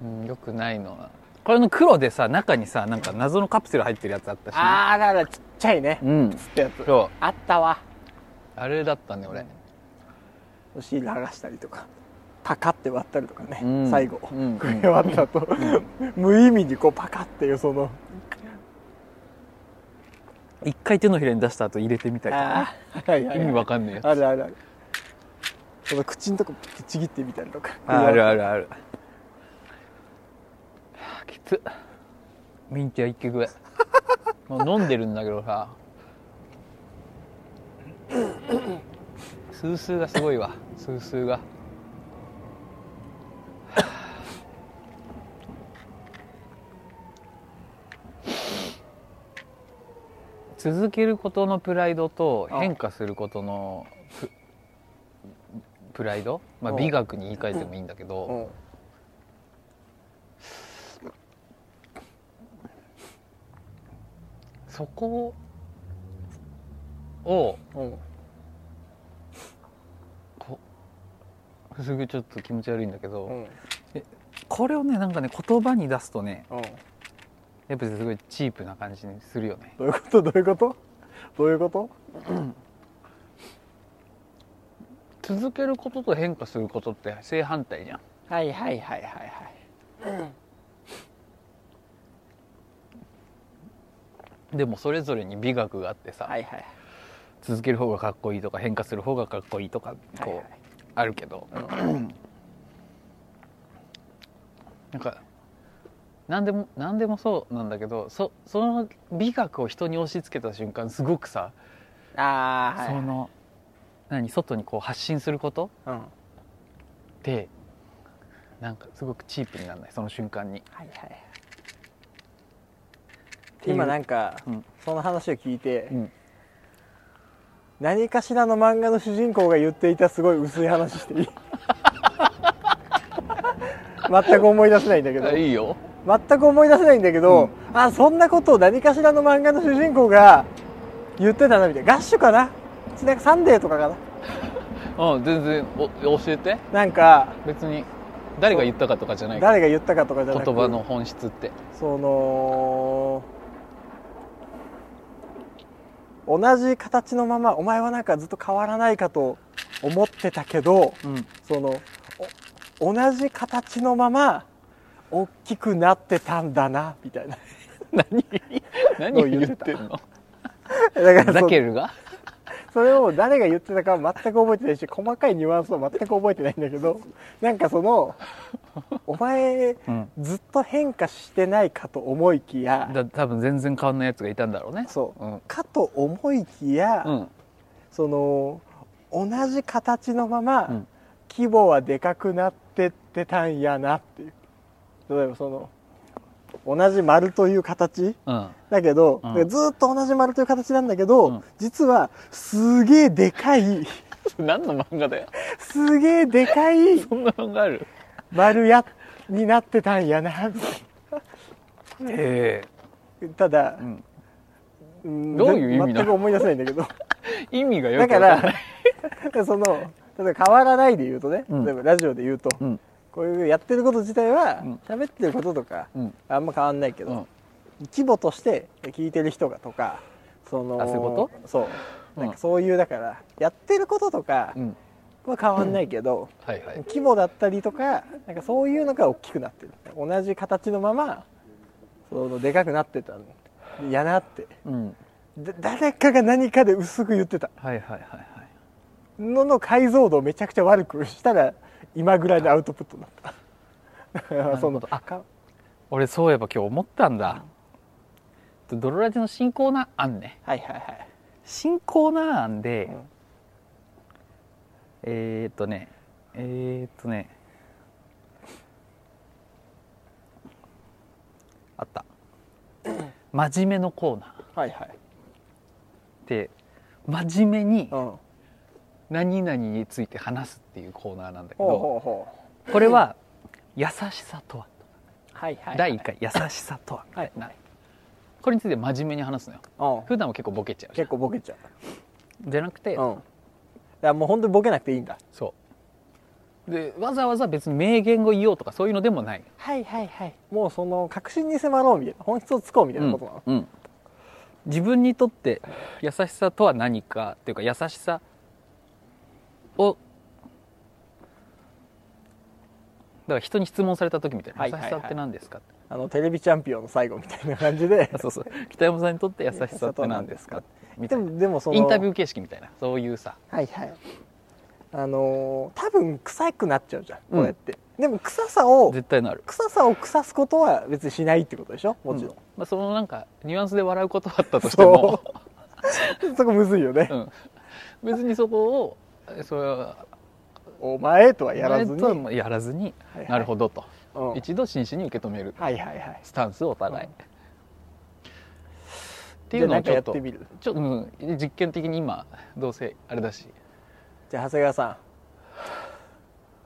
うん、よくないのはこれの黒でさ中にさなんか謎のカプセル入ってるやつあったしね、あーだからちっちゃいねうんつってやつそうあったわあれだったね俺、お尻剥がしたりとかパカって割ったりとかね、うん最後、うんこれ割ったと、 無意味にこうパカっていうその一回手のひらに出した後入れてみたりとかあーはいはねい意味はいわかんねえやつあるあるあるその口のとこピッちぎってみたりとかあるあるあるはあきつミンティア一 曲ぐらいもう飲んでるんだけどさスースーがすごいわスースーが続けることのプライドと変化することのププライド、まあ、うん美学に言い換えてもいいんだけど、うんそこをうんこすぐちょっと気持ち悪いんだけど、うんこれをねなんかね言葉に出すとねうんやっぱりすごいチープな感じにするよねどういうことどういうことどういうこと続けることと変化することって正反対じゃんはいはいはいはいはいでもそれぞれに美学があってさ、はいはい続ける方がかっこいいとか変化する方がかっこいいとかこう、はいはいあるけど、なんか何でも何でもそうなんだけどそその美学を人に押し付けた瞬間すごくさ、ああはいその何外にこう発信することうんはいってなんかすごくチープにならないその瞬間にはい今なんか、うんその話を聞いて、うん何かしらの漫画の主人公が言っていたすごい薄い話して いい全く思い出せないんだけどあいいよ全く思い出せないんだけど、あそんなことを何かしらの漫画の主人公が言ってたなみたいな合宿かななんかサンデーとかかなうん全然お教えてなんか別に誰が言ったかとかじゃないから誰が言ったかとかじゃ言なくて葉の本質ってその同じ形のままお前はなんかずっと変わらないかと思ってたけどうんそのお同じ形のまま大きくなってたんだなみたいな 何何をを言言っっててんのだからザそケルがそれを誰が言ってたかは全く覚えてないし細かいニュアンスは全く覚えてないんだけどなんかそのお前うんずっと変化してないかと思いきやだ多分全然変わんないやつがいたんだろうねそううんかと思いきや、うんその同じ形のまま、うん規模はでかくなってってたんやなっていう例えばその同じ丸という形うんだけど、うんだからずっと同じ丸という形なんだけど、うん実はすげえでかい 何の漫画だよすげえでかいそんな漫画ある丸やになってたんやなえただえ、うんんどういう意味なの全く思い出せないんだけど意味がよだくわかからなら い、その、例えば変わらないで言うとね、うん例えばラジオで言うと、 うんこういうやってること自体はうん、喋ってることとか、うんあんま変わんないけうど、ん規模として聞いてる人がとか、その、あそういうこそう。なんうんかそういう、だから、やってることとかうんは変わんないけど、はいはい規模だったりとか、なんかそういうのが大きくなってる。同じ形のまま、その、でかくなってたの。やなって。うんだ誰かが何かで薄く言ってた。はいはいはいはいのの解像度をめちゃくちゃ悪くしたら今ぐらいのアウトプットだった そなるほのどあ俺そういえば今日思ったんだドロラジの進行な案ねはいはいはい新コーナー案で、うんえー、っとねえー、っとねあ った真面目のコーナーっはいはいて真面目にうんほ何々について話すっていうコーナーなんだけうど、ほうほうこれは「優しさとは」はいはい第1回「優しさとは」みたいな、これについて真面目に話すのようん普段は結構ボケちゃうじゃ結ん構ボケちゃじゃなくて、ううんだからもう本当にボケなくていいんだそうでわざわざ別に名言を言おうとかそういうのでもないはいはいはいもうその確信に迫ろうみたいな本質をつこうみたいなことなの、うんうん自分にとって優しさとは何かっていうか優しさをだから人に質問された時みたいな、はいはいはい優しさって何ですかってあのテレビチャンピオンの最後みたいな感じ であそうそう北山さんにとって優しさって何ですかみでたいなもでもそのインタビューー形式みたいなそういうさはいはいあのー多分臭くなっちゃうじゃんうんこうやって、でも臭さを絶対なる臭さを腐すことは別にしないってことでしょもちろうんん、まあ、そのなんかニュアンスで笑うことはあったとしてもそこむずいよね、う、ん、別にそこをえそれはお前とはやらずお前にとはもうやらずに、はいはいなるほどと、うん一度真摯に受け止めるはいはいはいスタンスをお互い、うんっっていうのをじちゃょっあなんかとやってみるちょっと、うん、実験的に今どうせあれだしじゃあ長谷川さん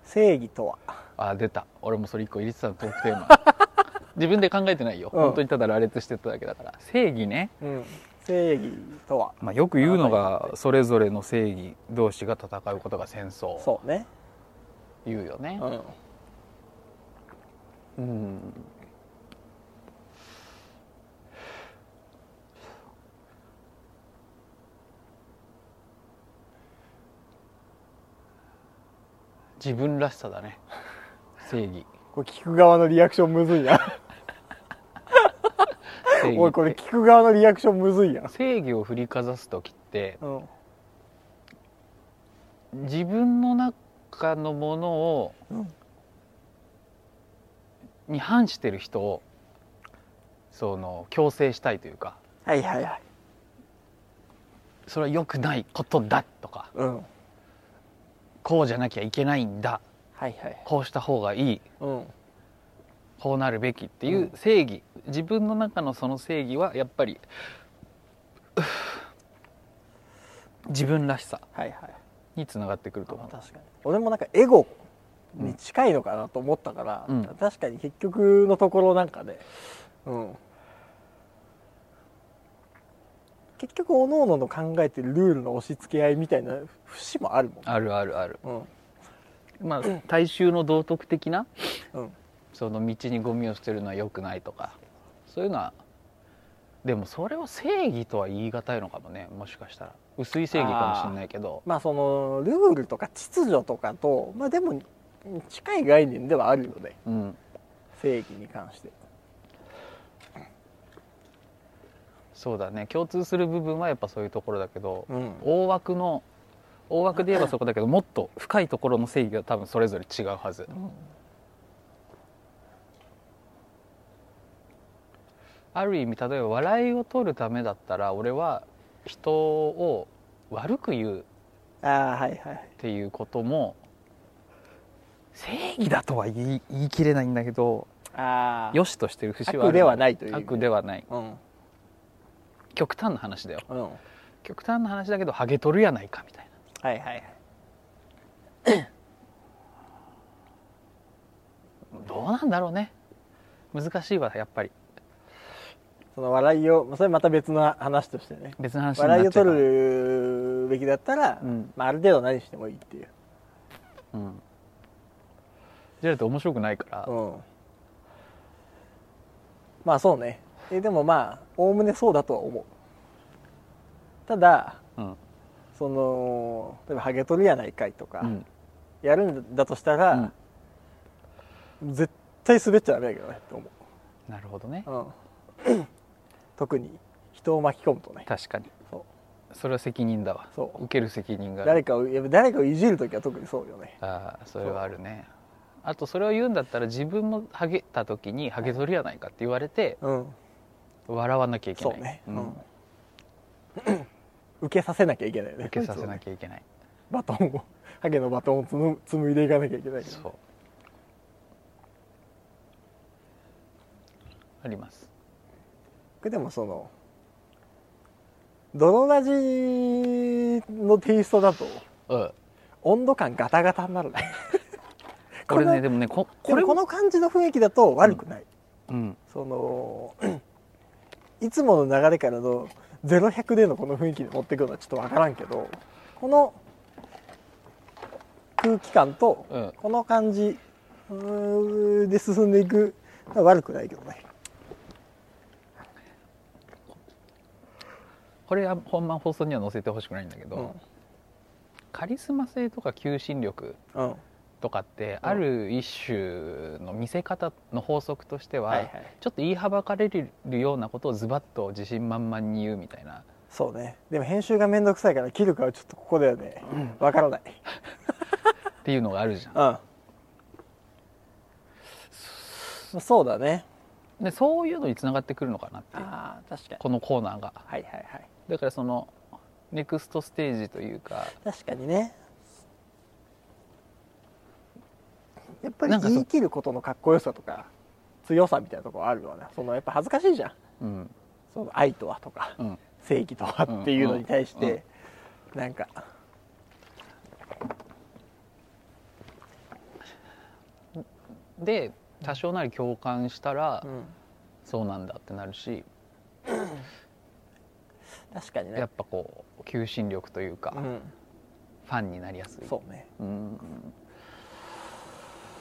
正義とはあ出た俺もそれ一個入れてたのトークテー マ自分で考えてないよ、うん本当にただ羅列してただけだから正義ね、うん正義とはまあ、よく言うのがそれぞれの正義同士が戦うことが戦争そうね言うよねうんうん自分らしさだね正義これ聞く側のリアクションむずいな正義おいこれ聞く側のリアクションむずいやん正義を振りかざす時ってうん自分の中のものを、うんに反してる人をその強制したいというかはいはいはいそれは良くないことだとかうんはいこうじゃなきゃいけないんだはいこうした方がいいうんこうなるべきっていうう正義、自分の中のその正義はやっぱり うう自分らしさはいはいにつながってくるとま思あう確かに俺もなんかエゴに近いのかなと思ったから、うん確かに結局のところなんかね、うん、結局各々の考えてるルールの押し付け合いみたいな節もあるもんねあるあるあるうまあ大衆の道徳的なんうんその道にゴミを捨てるのは良くないとかそういうのはでもそれを正義とは言い難いのかもねもしかしたら薄い正義かもしれないけどまあそのルールとか秩序とかとまあでも近い概念ではあるよねうん正義に関してそうだね共通する部分はやっぱそういうところだけど、うん大枠の大枠で言えばそこだけどもっと深いところの正義が多分それぞれ違うはず、ある意味例えば笑いを取るためだったら俺は人を悪く言うっああはいはいていうことも正義だとは言い言い切れないんだけどああ良しとしてる節はある悪ではないという悪ではないうん極端な話だようんはい極端な話だけどハゲ取るやないかみたいなはいはいどうなんだろうね難しいわやっぱりその笑いをまあそれまた別の話としてね別の話になっ笑いちゃをうから取るべきだったら、うんまあ、ある程度何してもいいっていう、うんじゃないと面白くないから、うん、まあそうねえでもまあおおむねそうだとは思うただうんその例えばハゲ取るやないかいとか、うんやるんだとしたら、絶対滑っちゃダメだけどねって思なるほどねう、うん 特に人を巻き込むとね確かにそうそれは責任だわそう受ける責任がある誰かをやっぱ誰かをいじる時は特にそうよねああそれはあるねあとそれを言うんだったら自分もハゲた時にハゲ取りやないかって言われてうん笑わなきゃいけないそうね、ううんん 受けさせなきゃいけないよね受けさせなゃきゃいけないバトンをハゲのバトンをつむ紡いでいかなきゃいけないけどそうあります僕でもその泥ラジのテイストだとうん温度感ガタガタになるねこれこねのでもねこここれこもの感じの雰囲気だと悪くない、うんその いつもの流れからの0100でのこの雰囲気で持ってくるのはちょっと分からんけどこの空気感とうんこの感じうーで進んでいくのは悪くないけどねこれは本番放送には載せてほしくないんだけど、うんカリスマ性とか求心力うんとかってうんある一種の見せ方の法則としては、はいはいちょっと言いはばかれるようなことをズバッと自信満々に言うみたいなそうねでも編集が面倒くさいから切るかはちょっとここだよね分からないっていうのがあるじゃうんまあそうだねんでそういうのにつながってくるのかなっていうああ確かにこのコーナーがはいはいはいだからそのネクストステージというか確かにねやっぱなんりかそ言い切ることのかっこよさとか強さみたいなところあるよねそのやっぱ恥ずかしいじゃうんんそその愛とはとか、うん正義とはっていうのに対して、なんかで多少なり共感したら、うんそうなんだってなるし確かにねやっぱこう求心力というか、うフん、ァンになりやすいそうねうん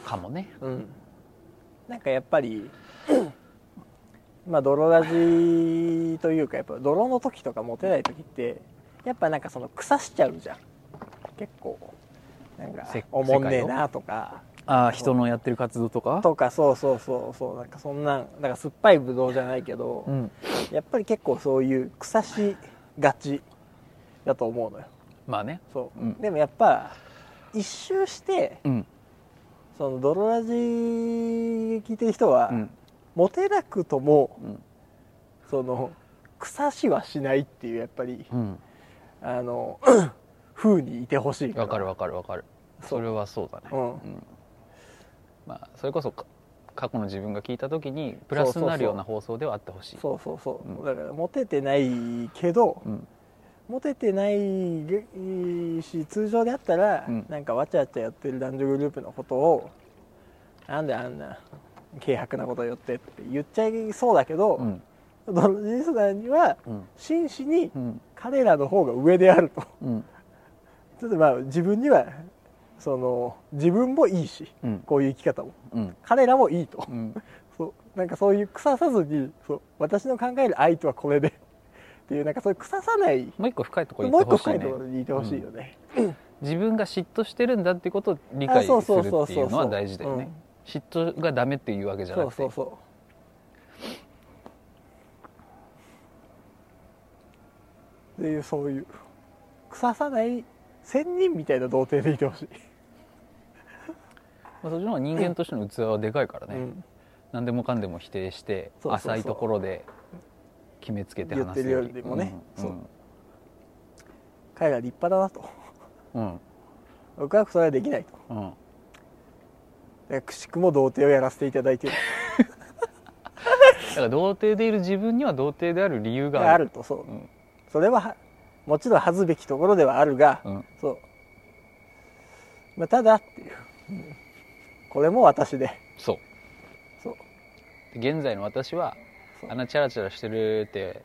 かもねうんなんかやっぱりまあ泥ラジというかやっぱ泥の時とかモテない時ってやっぱなんかその腐しちゃうじゃん結構なんかせおもんねえなとかああ人のやってる活動とかとかそうそうそうそうなんかそんなんなんか酸っぱいぶどうじゃないけど、うん、やっぱり結構そういう腐しがちだと思うのよまあねそう、うんでもやっぱ一周してうんその泥ラジ聞いてる人は、うんモテなくともうんその腐しはしないっていうやっぱりうんあの 風にいてほしいわかるわかるわかるそれはそうだね、うんまあ、それこそか過去の自分が聞いた時にプラスになるような放送ではあってほしいそうそうそう、うんだからモテてないけど、うんモテてないし通常であったら、うんなんかわちゃわちゃやってる男女グループのことをなんであんな軽薄なこと言ってって言っちゃいそうだけど、うんドロジスナーにはうん真摯にうん彼らの方が上であると。うんちょっとまあ自分にはその自分もいいし、うんこういう生き方もうん彼らもいいと、うんそうなんかそういう腐さずにそう私の考える愛とはこれでっていうなんかそういう腐さないもう一個深いところもう行っ一て個ほしい深いねところにいてほしいよね、自分が嫉妬してるんだっていうことを理解するあそうそうそうっていうのは大事だよね、嫉妬がダメっていうわけじゃなそうくてそうそっていうそういう腐さない仙人みたいな童貞でいてほしい、まあ、そっちの方が人間としての器はでかいからね、うん何でもかんでも否定してそうそうそう浅いところで決めつけて話す言ってるよりもねうんそう彼ら立派だなと うん僕はそれはできないとうん、うんだからくしくも童貞をやらせていただいているだから童貞でいる自分には童貞である理由ががああるるとそう、んそれははもちろん恥ずべきところではあるが、うんそう、まあ、ただっていう、うんこれも私でそうそうで現在の私はそうあんなチャラチャラしてるって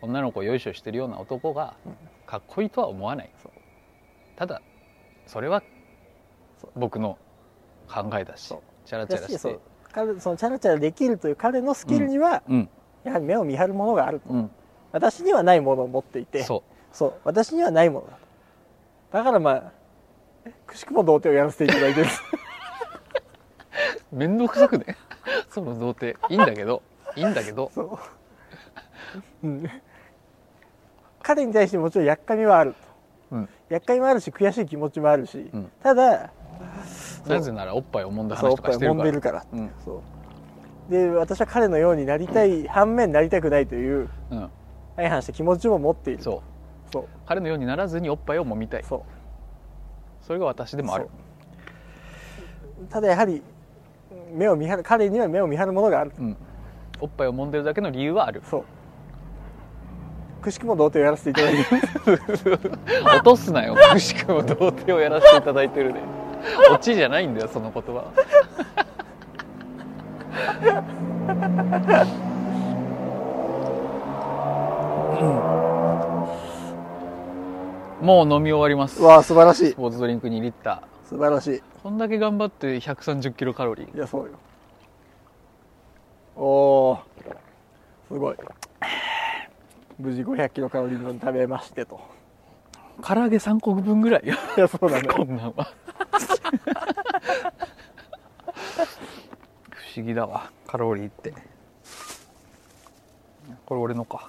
女の子をよいしょしてるような男がかっこいいとは思わないそうただそれはそう僕の考えだしそうチャラチャラだしそてう彼そのチャラチャラできるという彼のスキルには、うんやはり目を見張るものがあると、うん私にはないものを持っていてそそう私にはないものだとだからまあくしくも童貞をやらせていただ いてるう面倒くさくね その童貞いいんだけどいいんだけどそう、うん、彼に対してもちろんやっかみはあるとうん厄介もあるし悔しい気持ちもあるし、んただなぜならおっぱいを揉んだそう話おとかっぱいしてる揉んかでらるから、うんそうで私は彼のようになりたい、反面なりたくないといううん相反した気持ちも持っているそうそう彼のようにならずにおっぱいを揉みたいそうそれが私でもあるそうただやはり目を見張る彼には目を見張るものがあるうんおっぱいを揉んでるだけの理由はあるそうくしくも童貞をやらせていただいてる落とすなよくしくも童貞をやらせていただいてるで オチじゃないんだよその言葉 はうんも う飲み終わりますうわあ素晴らしいスポーツドリンク2リッタ素晴らしいーこんだけ頑張って130キロカロリーいやそうよおーすごい無事500キロカロリー分食べましてと 唐揚げ3個分ぐらいよ いやそうだねこんなんは 不思議だわカロリーってこれ俺のか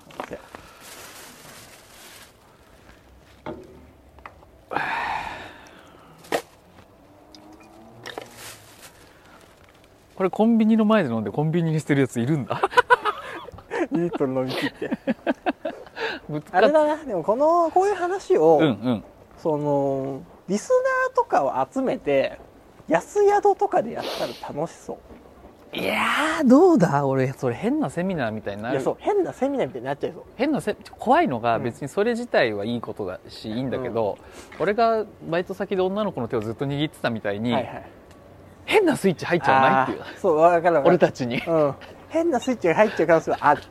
これコンビニの前で飲んでコンビニに捨てるやついるん だ2リットル飲み切ってぶつかあっれだなでもこのこういう話を、うんうんそのリスナーとかを集めて安宿とかでやったら楽しそういやーどうだ俺それ変なセミナーみたいにないるやそう変なセミナーみたいになっちゃいそう変なせ怖いのがうん別にそれ自体はいいことだし、いいんだけど、俺がバイト先で女の子の手をずっと握ってたみたいに、はいはい変なスイッチ入っちゃわないっていうあーそう分かる分かる俺たち にうん、変なスイッチが入っちゃう可能性はある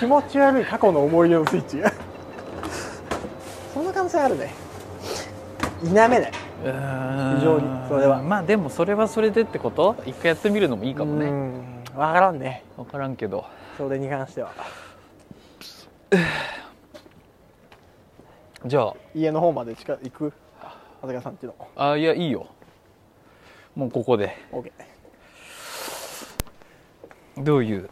気持ち悪い過去の思い出のスイッチがそんな可能性あるね否めない非非常にそれはまあでもそれはそれでってこと一回やってみるのもいいかもね、ね分からんね分からんけどそれに関してはじゃ家の方まで近行く長谷川さんっていうのああいやいいよもうここで OK どういう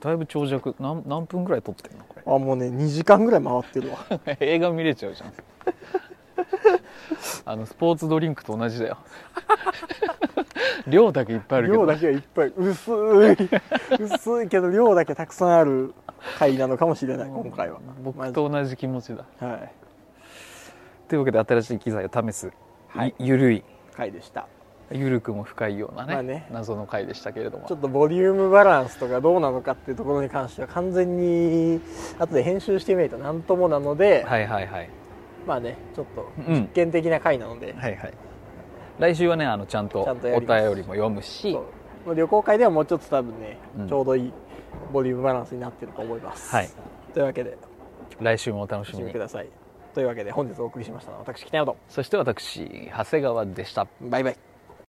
だいぶ長尺何何分ぐらい撮ってんのこあもうね2時間ぐらい回ってるわ れ映画見れちゃうじゃん あのスポーツドリンクと同じだよ 量だけいっぱいあるけ量どだけがいっぱい 薄い薄いけど量だけたくさんある回なのかもしれない今回は僕と同じ気持ちだマジはいというわけで新しい機材を試す、はいい、ゆるい回でしたゆるくも深いようなね,、まあね謎の回でしたけれどもちょっとボリュームバランスとかどうなのかっていうところに関しては完全に後で編集してみると何ともなので、はいはいはいまあねちょっとうん実験的な回なので、はいはい来週はねあのちゃんとちゃおんとや便りりますも読むしそうまあ旅行会ではもうちょっと多分ね、うんちょうどいいボリュームバランスになってると思います、はいというわけで来週もお楽おし楽しみみにくださいというわけで本日お送りしましたのは私北山とそして私長谷川でしたバイバイ